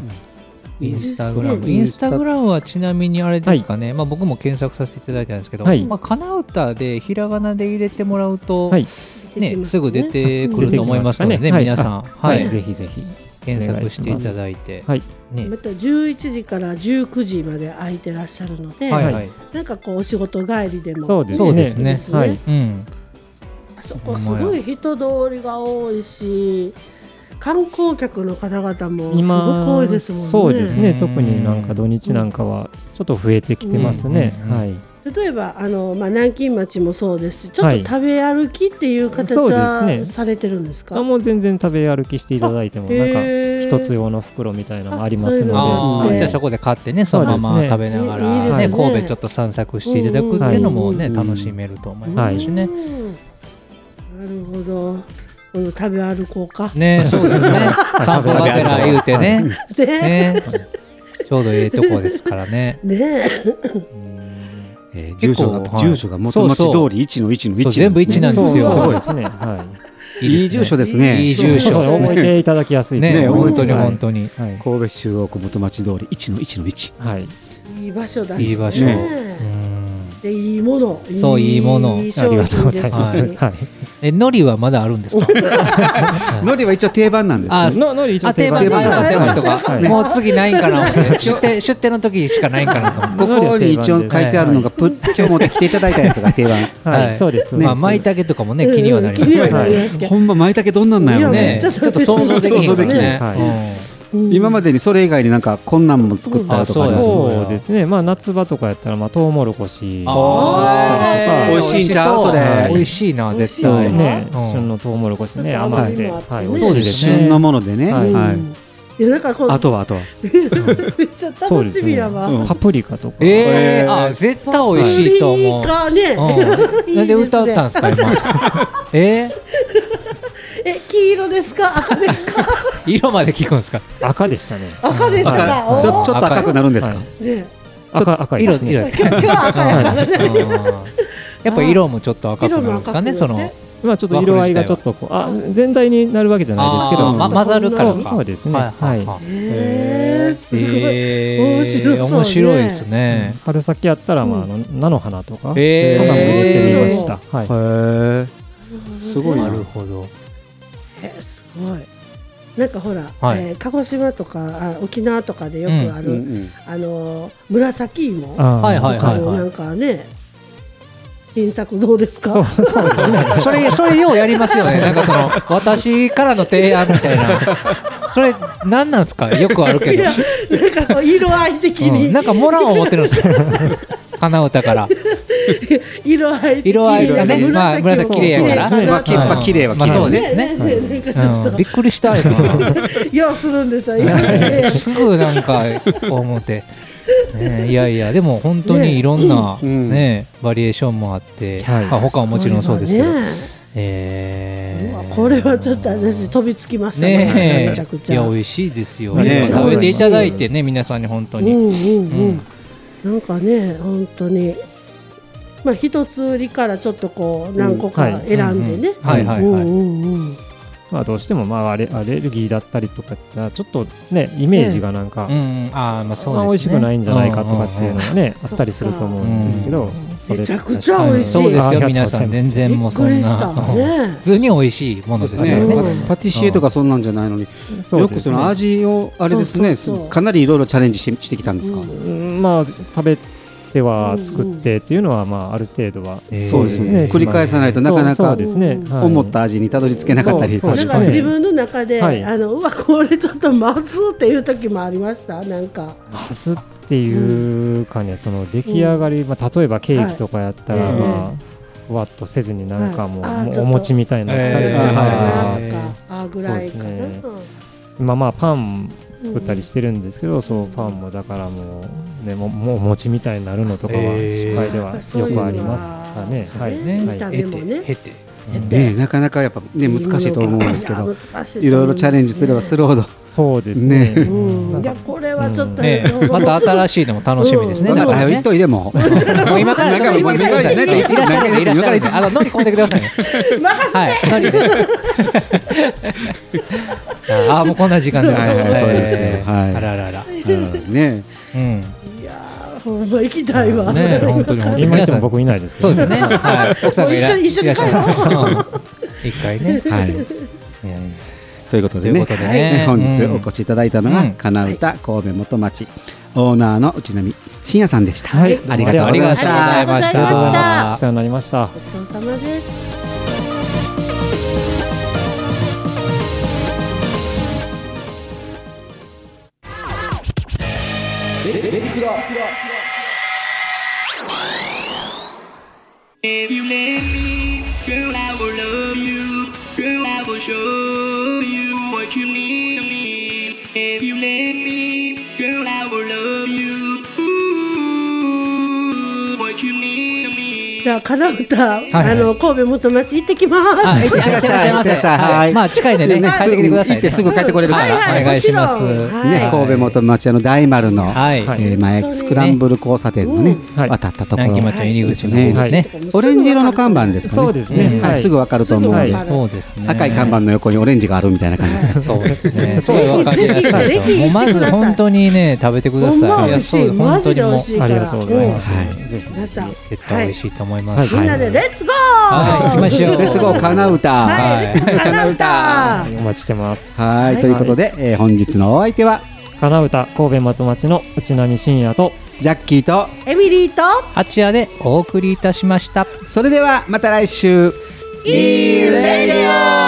[SPEAKER 3] インスタグラム
[SPEAKER 4] うん
[SPEAKER 3] インスタグラムはちなみにあれですかね、まあ、僕も検索させていただいたんですけど、
[SPEAKER 6] はい
[SPEAKER 3] まあ、カナウタでひらがなで入れてもらうと、
[SPEAKER 6] はい
[SPEAKER 3] ねすぐ出
[SPEAKER 2] でき
[SPEAKER 3] てくると思いますのでね
[SPEAKER 6] 出てきますかねはい
[SPEAKER 3] 皆さん、
[SPEAKER 6] は
[SPEAKER 3] はい
[SPEAKER 6] い、ぜひぜひ。
[SPEAKER 3] 検索していただいて、
[SPEAKER 6] はい。
[SPEAKER 3] ね
[SPEAKER 2] ますねまた11時から19時まで空いてらっしゃるので、
[SPEAKER 3] はいはい、
[SPEAKER 6] は
[SPEAKER 2] なんかこうお仕事帰りでも
[SPEAKER 6] そうですね。
[SPEAKER 3] そうですね
[SPEAKER 6] はい。
[SPEAKER 3] うん、
[SPEAKER 2] あそこすごい人通りが多いし観光客の方々もすごく多いですもんね。
[SPEAKER 6] そうです
[SPEAKER 3] う
[SPEAKER 6] ね。
[SPEAKER 3] ん
[SPEAKER 6] 特になんか土日なんかはちょっと増えてきてますね
[SPEAKER 3] う。ん
[SPEAKER 6] はい。
[SPEAKER 2] 例えばあの、まあ、南京町もそうですしちょ
[SPEAKER 6] は
[SPEAKER 2] っ
[SPEAKER 6] い
[SPEAKER 2] と食べ歩きっていう形
[SPEAKER 6] そう
[SPEAKER 2] は
[SPEAKER 6] ですね
[SPEAKER 2] されてるんですか、
[SPEAKER 6] あもう全然食べ歩きしていただいても
[SPEAKER 2] あへ
[SPEAKER 6] なんか
[SPEAKER 2] ー
[SPEAKER 6] 一つ用の袋みたいなのもあります
[SPEAKER 3] あ
[SPEAKER 2] あ
[SPEAKER 3] ー
[SPEAKER 2] そう
[SPEAKER 6] の
[SPEAKER 2] いうのも
[SPEAKER 6] で、
[SPEAKER 2] ね
[SPEAKER 3] じゃあそこで買ってねそのま
[SPEAKER 6] そう
[SPEAKER 3] ま
[SPEAKER 6] です
[SPEAKER 3] 食
[SPEAKER 6] ね
[SPEAKER 3] べなが
[SPEAKER 2] いい
[SPEAKER 3] ら、
[SPEAKER 2] で
[SPEAKER 3] ね
[SPEAKER 2] すね
[SPEAKER 3] 神戸ちょっと散策していただくっていうのもね、
[SPEAKER 2] うん
[SPEAKER 3] 楽しめると思いますしね、
[SPEAKER 2] うんなるほどこの食べ歩こうか、
[SPEAKER 3] ねそうですね散歩がてら言うてね
[SPEAKER 2] ね
[SPEAKER 3] ねちょうどええとこですからね
[SPEAKER 2] ね
[SPEAKER 4] えー住
[SPEAKER 3] 結構
[SPEAKER 4] 所が、
[SPEAKER 3] はい
[SPEAKER 4] 住所が元町通り1の1の1、
[SPEAKER 3] そう全部一なんですよ
[SPEAKER 6] そ
[SPEAKER 3] す
[SPEAKER 6] うす
[SPEAKER 3] ご
[SPEAKER 6] ご
[SPEAKER 3] い
[SPEAKER 6] いですね。はい
[SPEAKER 4] いい住所
[SPEAKER 3] で
[SPEAKER 4] ですね
[SPEAKER 3] いい住
[SPEAKER 6] い。
[SPEAKER 3] 所
[SPEAKER 6] そう覚えていただきやすいと思い
[SPEAKER 3] ね
[SPEAKER 6] ます
[SPEAKER 3] 本当に本当に、
[SPEAKER 6] はい。
[SPEAKER 4] 神戸市中央区元町通り1の1の1
[SPEAKER 6] はい。
[SPEAKER 2] いい場所だし、ね、
[SPEAKER 3] いい場所、
[SPEAKER 2] ね
[SPEAKER 3] うん
[SPEAKER 2] でいいもの
[SPEAKER 3] そういいもの
[SPEAKER 6] ありがとうございま
[SPEAKER 2] 商
[SPEAKER 6] す。
[SPEAKER 2] 品ですし
[SPEAKER 6] はい。
[SPEAKER 3] え海苔はまだあるんですか
[SPEAKER 2] [LAUGHS]
[SPEAKER 4] のりは一応定番なんです
[SPEAKER 3] あ
[SPEAKER 4] よ
[SPEAKER 6] ののり一応
[SPEAKER 3] あ定
[SPEAKER 6] 定
[SPEAKER 3] 番
[SPEAKER 6] 番
[SPEAKER 3] とか定番とか、
[SPEAKER 6] はい
[SPEAKER 3] もう次ないんかな思って出店出店の時しかないんかなと思って
[SPEAKER 4] ここに一応書いてあるのが、ぷ今日持ってきていただいたやつが定番
[SPEAKER 6] はい
[SPEAKER 3] はい
[SPEAKER 6] そうです。そうです
[SPEAKER 3] まあ舞茸とかもね気にはなります
[SPEAKER 2] うん気には
[SPEAKER 3] ね
[SPEAKER 2] なりますけど
[SPEAKER 4] ほんま舞茸どんなんなんやろ
[SPEAKER 2] いや
[SPEAKER 4] ね
[SPEAKER 3] ねちょっと想像できへんよね、はい
[SPEAKER 4] 今までにそれ以外になんかこんなんも作ったりとかあります
[SPEAKER 3] そう
[SPEAKER 6] そうですね。まあ夏場とかやったらまあトウモロコシ。
[SPEAKER 3] あー
[SPEAKER 4] 美味しいんちゃうそれ
[SPEAKER 3] 美味しいな絶
[SPEAKER 2] 美味しい
[SPEAKER 3] 対
[SPEAKER 2] んちゃう
[SPEAKER 6] ね
[SPEAKER 3] うん
[SPEAKER 6] 旬のトウモロコシね
[SPEAKER 2] ちょっと
[SPEAKER 6] 甘く
[SPEAKER 2] 甘み
[SPEAKER 6] て
[SPEAKER 2] もあって
[SPEAKER 6] はい
[SPEAKER 2] ね
[SPEAKER 6] 美
[SPEAKER 4] そう
[SPEAKER 6] 味
[SPEAKER 4] で
[SPEAKER 6] しいですすね。
[SPEAKER 4] 旬のものでね、
[SPEAKER 6] は
[SPEAKER 4] はいい
[SPEAKER 2] うんいやなんかこう
[SPEAKER 4] あとはあとは
[SPEAKER 2] [LAUGHS] めっちゃ楽しみやわ、
[SPEAKER 4] そうですねうん
[SPEAKER 6] パプリカとか、
[SPEAKER 3] え
[SPEAKER 4] え
[SPEAKER 3] ー、
[SPEAKER 4] ー
[SPEAKER 3] あ絶対美味しいと思う
[SPEAKER 2] パプリカね、 [LAUGHS]
[SPEAKER 3] うん、なんで歌ったんですか今え
[SPEAKER 2] え黄色ですか赤ですか
[SPEAKER 3] ー、色まで聞くんですか
[SPEAKER 6] 赤でしたね。
[SPEAKER 2] 赤ですか、
[SPEAKER 4] ちょ
[SPEAKER 2] お
[SPEAKER 4] ちょっと赤くなるんですか
[SPEAKER 6] はい
[SPEAKER 2] ーね
[SPEAKER 6] 赤赤いで
[SPEAKER 3] 色
[SPEAKER 6] すね。
[SPEAKER 3] 色
[SPEAKER 2] 今日今日は赤やから
[SPEAKER 3] あ
[SPEAKER 2] ね
[SPEAKER 3] ー [LAUGHS] やっぱ色もちょっと赤くなるんですかね
[SPEAKER 2] 色
[SPEAKER 3] そ
[SPEAKER 2] も赤くな
[SPEAKER 3] の
[SPEAKER 2] って
[SPEAKER 6] まあちょっと色合いがちょっとこうあ全体になるわけじゃないですけ
[SPEAKER 3] あ
[SPEAKER 6] ど、
[SPEAKER 3] ーま、混ざるからか
[SPEAKER 6] そうですねはい
[SPEAKER 2] えー、すごい、
[SPEAKER 3] え
[SPEAKER 2] 面白そうね
[SPEAKER 3] ー、面白いですね、
[SPEAKER 6] 春先やったらまああ
[SPEAKER 2] う
[SPEAKER 6] の菜の花とか、
[SPEAKER 3] えー
[SPEAKER 6] そんなのも出てみました。は
[SPEAKER 4] へ
[SPEAKER 6] い。
[SPEAKER 4] えすごいな
[SPEAKER 3] なるほど
[SPEAKER 2] えーすごいなんかほら、
[SPEAKER 3] はい
[SPEAKER 2] えー鹿児島とかあ沖縄とかでよくあ
[SPEAKER 4] う
[SPEAKER 2] る、
[SPEAKER 4] んうん
[SPEAKER 2] あのー紫芋
[SPEAKER 6] あー
[SPEAKER 3] はいはい
[SPEAKER 2] あ
[SPEAKER 3] はい
[SPEAKER 2] のなんかね新作どうですか
[SPEAKER 6] そうそうですね。
[SPEAKER 3] それそれようやりますよねなんかその私からの提案みたいなそれ何なんですかよくあるけ
[SPEAKER 2] い
[SPEAKER 3] ど
[SPEAKER 2] や、なんかこう色合い的
[SPEAKER 3] う
[SPEAKER 2] に、
[SPEAKER 3] ん、なんかもらおう思ってるんですよ [LAUGHS] 花歌から
[SPEAKER 2] 色合い的に
[SPEAKER 3] 色合いがね
[SPEAKER 2] なんか
[SPEAKER 3] まあ紫綺麗やから
[SPEAKER 2] そうそう
[SPEAKER 4] まあきまあ綺麗は綺
[SPEAKER 3] ま
[SPEAKER 4] 麗
[SPEAKER 3] あそうですね、
[SPEAKER 2] ねねなんか [LAUGHS] ちょっ
[SPEAKER 3] うん、びっくりしたよ
[SPEAKER 2] と、ようするんですよ。今ね
[SPEAKER 3] すぐなんか思って、ねえ、いやいやでも本当にいろんな、
[SPEAKER 4] う
[SPEAKER 3] ね
[SPEAKER 4] ん
[SPEAKER 3] バリエーションもあって、
[SPEAKER 6] はい
[SPEAKER 3] まあ、他はもちろんそうですけ
[SPEAKER 2] こ
[SPEAKER 3] ど、
[SPEAKER 2] れはね
[SPEAKER 3] え
[SPEAKER 2] う
[SPEAKER 3] ー
[SPEAKER 2] わこれはちょっと私飛びつきましたね。
[SPEAKER 3] ね
[SPEAKER 2] めちゃく
[SPEAKER 3] えい
[SPEAKER 2] ちゃ。
[SPEAKER 3] や
[SPEAKER 2] うん
[SPEAKER 3] 美味しいですよ、
[SPEAKER 4] ねえ
[SPEAKER 3] 食べていただいてね皆さんに本当
[SPEAKER 2] う
[SPEAKER 3] に、
[SPEAKER 2] ん
[SPEAKER 3] う
[SPEAKER 2] うん
[SPEAKER 3] ん。
[SPEAKER 2] なんかね本当に。まあ一つ売りからちょっとこう何個か選んでね。
[SPEAKER 3] うんはいは
[SPEAKER 2] う
[SPEAKER 3] い
[SPEAKER 2] ん
[SPEAKER 3] は
[SPEAKER 2] う
[SPEAKER 3] い、
[SPEAKER 2] んうん。
[SPEAKER 6] まあどうしてもまあアレアレルギーだったりとかってのはちょっとねイメージがなんか、
[SPEAKER 3] うんあーまあそうですね、
[SPEAKER 6] まあ美味しくないんじゃないかとかっていうの
[SPEAKER 3] ん
[SPEAKER 6] がね、あったりすると思うんですけど、それ
[SPEAKER 2] めちゃくちゃ美味しい。
[SPEAKER 3] そうです
[SPEAKER 6] あ
[SPEAKER 3] よ
[SPEAKER 6] りがとうござい
[SPEAKER 3] 皆
[SPEAKER 6] ます
[SPEAKER 3] さん全然
[SPEAKER 2] び
[SPEAKER 3] も
[SPEAKER 2] っ
[SPEAKER 3] うそ
[SPEAKER 2] く
[SPEAKER 3] ん
[SPEAKER 2] りし
[SPEAKER 3] な
[SPEAKER 2] たね
[SPEAKER 3] [LAUGHS] 普。通に美味しいものですね
[SPEAKER 4] ね
[SPEAKER 2] うん
[SPEAKER 4] パパティシエとかそんなんじゃないのに
[SPEAKER 6] そう
[SPEAKER 4] よ
[SPEAKER 6] で
[SPEAKER 4] く
[SPEAKER 6] す
[SPEAKER 4] そ
[SPEAKER 6] ね
[SPEAKER 4] の味をあれですね
[SPEAKER 2] そうそうそう
[SPEAKER 4] かなりいろいろチャレンジしてしてきたんですか
[SPEAKER 6] うんまあ食べては作ってっていうのはまあある程度は、
[SPEAKER 3] えー
[SPEAKER 4] そうですね繰り返さないとなかな
[SPEAKER 6] そうそ
[SPEAKER 4] か
[SPEAKER 6] うですね、はい
[SPEAKER 4] 思った味にたどり着けなかったり
[SPEAKER 6] そうそう
[SPEAKER 2] なんか
[SPEAKER 6] そう
[SPEAKER 2] 自分の中で、
[SPEAKER 6] はい
[SPEAKER 2] あのうわこれちょっとまずうっていう時もありましたなんか
[SPEAKER 6] ハスっていうかねその出来上がり、まあ例えばケーキとかやったら、
[SPEAKER 2] はい
[SPEAKER 6] まあふわっとせずになんかもう,、
[SPEAKER 2] はいあー
[SPEAKER 6] も
[SPEAKER 2] ち
[SPEAKER 6] う
[SPEAKER 2] ょっと
[SPEAKER 6] お餅みたいになったりと
[SPEAKER 4] えー
[SPEAKER 2] な
[SPEAKER 6] か
[SPEAKER 4] は、
[SPEAKER 2] んかあぐらいかな、
[SPEAKER 6] そうですね今まあパン作ったりしてるんですけど、そうパンもだからもうねもうもうお餅みたいになるのとかは
[SPEAKER 3] えー
[SPEAKER 6] 失敗ではよくありますかね。
[SPEAKER 2] そう
[SPEAKER 6] は
[SPEAKER 2] いう
[SPEAKER 6] い
[SPEAKER 2] のはね
[SPEAKER 6] は
[SPEAKER 2] 見
[SPEAKER 6] い
[SPEAKER 2] た
[SPEAKER 3] 経
[SPEAKER 2] 目もね
[SPEAKER 3] て経て
[SPEAKER 4] ねなかなかやっぱね難しいと思うんですけ
[SPEAKER 2] い
[SPEAKER 4] ど
[SPEAKER 2] や難しいと思うんですね
[SPEAKER 4] いろいろチャレンジすればするほど
[SPEAKER 6] そうですね。
[SPEAKER 4] ね
[SPEAKER 2] うんい
[SPEAKER 6] な
[SPEAKER 2] や
[SPEAKER 6] んか
[SPEAKER 2] これはちょっと、
[SPEAKER 3] ね
[SPEAKER 2] ね
[SPEAKER 3] え、また新
[SPEAKER 2] し
[SPEAKER 3] しいのも楽しみですね。
[SPEAKER 2] うん
[SPEAKER 3] だから
[SPEAKER 4] 早言
[SPEAKER 3] ね
[SPEAKER 4] っ。といで
[SPEAKER 3] [LAUGHS]
[SPEAKER 4] も
[SPEAKER 3] もう今からちょっと今からいらっしゃいいらっしゃいいらっしゃい。あの乗り込んでくださいね。
[SPEAKER 2] [LAUGHS] い任せ
[SPEAKER 3] はい。乗りで。ああもうこんな時間で。
[SPEAKER 4] はいはいそうですね
[SPEAKER 3] えー
[SPEAKER 4] はい
[SPEAKER 3] あらあらあら。
[SPEAKER 4] うんね
[SPEAKER 3] うん。
[SPEAKER 2] ほんま行きたいわ、
[SPEAKER 3] ねえ本当に本当に
[SPEAKER 6] 今言
[SPEAKER 3] 皆
[SPEAKER 6] って
[SPEAKER 3] さ
[SPEAKER 6] も
[SPEAKER 3] ん
[SPEAKER 6] 僕いないですけ
[SPEAKER 3] そ
[SPEAKER 6] ど、
[SPEAKER 3] うですね。はい。奥さんがいら
[SPEAKER 2] もう一緒に
[SPEAKER 3] いらっしゃい
[SPEAKER 2] 一緒
[SPEAKER 3] う
[SPEAKER 2] に帰
[SPEAKER 3] ん一回ね。
[SPEAKER 4] はい
[SPEAKER 3] いやいや
[SPEAKER 4] ということ
[SPEAKER 3] と
[SPEAKER 4] で
[SPEAKER 3] い
[SPEAKER 4] ね
[SPEAKER 3] うことでね
[SPEAKER 4] はい本日
[SPEAKER 3] うん
[SPEAKER 4] お越しいただいたのは、
[SPEAKER 3] うん
[SPEAKER 4] かなうた神戸元町オーナーの内波信也さんでした、
[SPEAKER 6] はい
[SPEAKER 4] ありがとうございまし
[SPEAKER 3] ありがとうございま
[SPEAKER 4] た
[SPEAKER 3] した
[SPEAKER 6] ありがとうございま
[SPEAKER 2] あ
[SPEAKER 6] す。お世話になりました。
[SPEAKER 2] りがとうございましたお疲れ様ですじゃあ、カラウタ、
[SPEAKER 3] はい
[SPEAKER 2] あの神戸元町行ってきます。
[SPEAKER 3] あいらっしゃいませ。
[SPEAKER 4] いらっしゃい
[SPEAKER 3] はい。まあ近いんでね。
[SPEAKER 4] ね
[SPEAKER 3] 帰ってきてくださいね。
[SPEAKER 4] 行ってすぐ帰ってこれるから
[SPEAKER 2] はいはい
[SPEAKER 3] お願いします
[SPEAKER 2] もちろんはい
[SPEAKER 4] ね、神戸元町の大丸の、
[SPEAKER 3] はい。
[SPEAKER 6] はい
[SPEAKER 4] えー前
[SPEAKER 2] 本当にね
[SPEAKER 4] スクランブル交差点のね、
[SPEAKER 6] んはい
[SPEAKER 4] 渡ったところ
[SPEAKER 3] 南京町の入り口の方ですね。
[SPEAKER 4] オレンジ色の看板ですかね
[SPEAKER 6] そうですね
[SPEAKER 4] んはい
[SPEAKER 6] はい
[SPEAKER 4] すぐわかると思うので、
[SPEAKER 2] はい
[SPEAKER 3] そうですね。
[SPEAKER 4] 赤い看板の横にオレンジがあるみたいな感じですか、
[SPEAKER 3] そうですね。す
[SPEAKER 2] ぜ
[SPEAKER 3] ごい
[SPEAKER 2] ひ
[SPEAKER 3] わかりやすいと思う
[SPEAKER 2] ぜひぜひ
[SPEAKER 3] もうま
[SPEAKER 2] 行っ
[SPEAKER 3] ず
[SPEAKER 2] てください
[SPEAKER 3] 本当にね食べてくだ
[SPEAKER 2] ほん
[SPEAKER 3] さ
[SPEAKER 2] ま
[SPEAKER 3] い。
[SPEAKER 2] 美味しい、
[SPEAKER 3] そう
[SPEAKER 2] マ
[SPEAKER 3] 本当
[SPEAKER 2] ジ
[SPEAKER 3] に
[SPEAKER 2] で美
[SPEAKER 3] も
[SPEAKER 2] 味しいか
[SPEAKER 6] あり
[SPEAKER 2] ら。
[SPEAKER 6] がとうございます。
[SPEAKER 4] はい
[SPEAKER 2] うん皆さん、
[SPEAKER 3] う絶対美味しいと思いま
[SPEAKER 6] は
[SPEAKER 3] す。
[SPEAKER 6] い
[SPEAKER 2] みんな
[SPEAKER 3] はい
[SPEAKER 2] でレッツゴー。
[SPEAKER 3] はい行きましょう。
[SPEAKER 4] レッツゴーかなうた
[SPEAKER 2] は
[SPEAKER 3] はい
[SPEAKER 2] い、レッツゴーカラウタ。
[SPEAKER 6] お待ちしてます。
[SPEAKER 4] はいということで、えー本日のお相手は
[SPEAKER 6] 金歌神戸元町の内波信也と
[SPEAKER 4] ジャッキーと
[SPEAKER 2] エミリーと。
[SPEAKER 3] あちらでお送りいたしました。
[SPEAKER 4] それではまた来週いいレディオ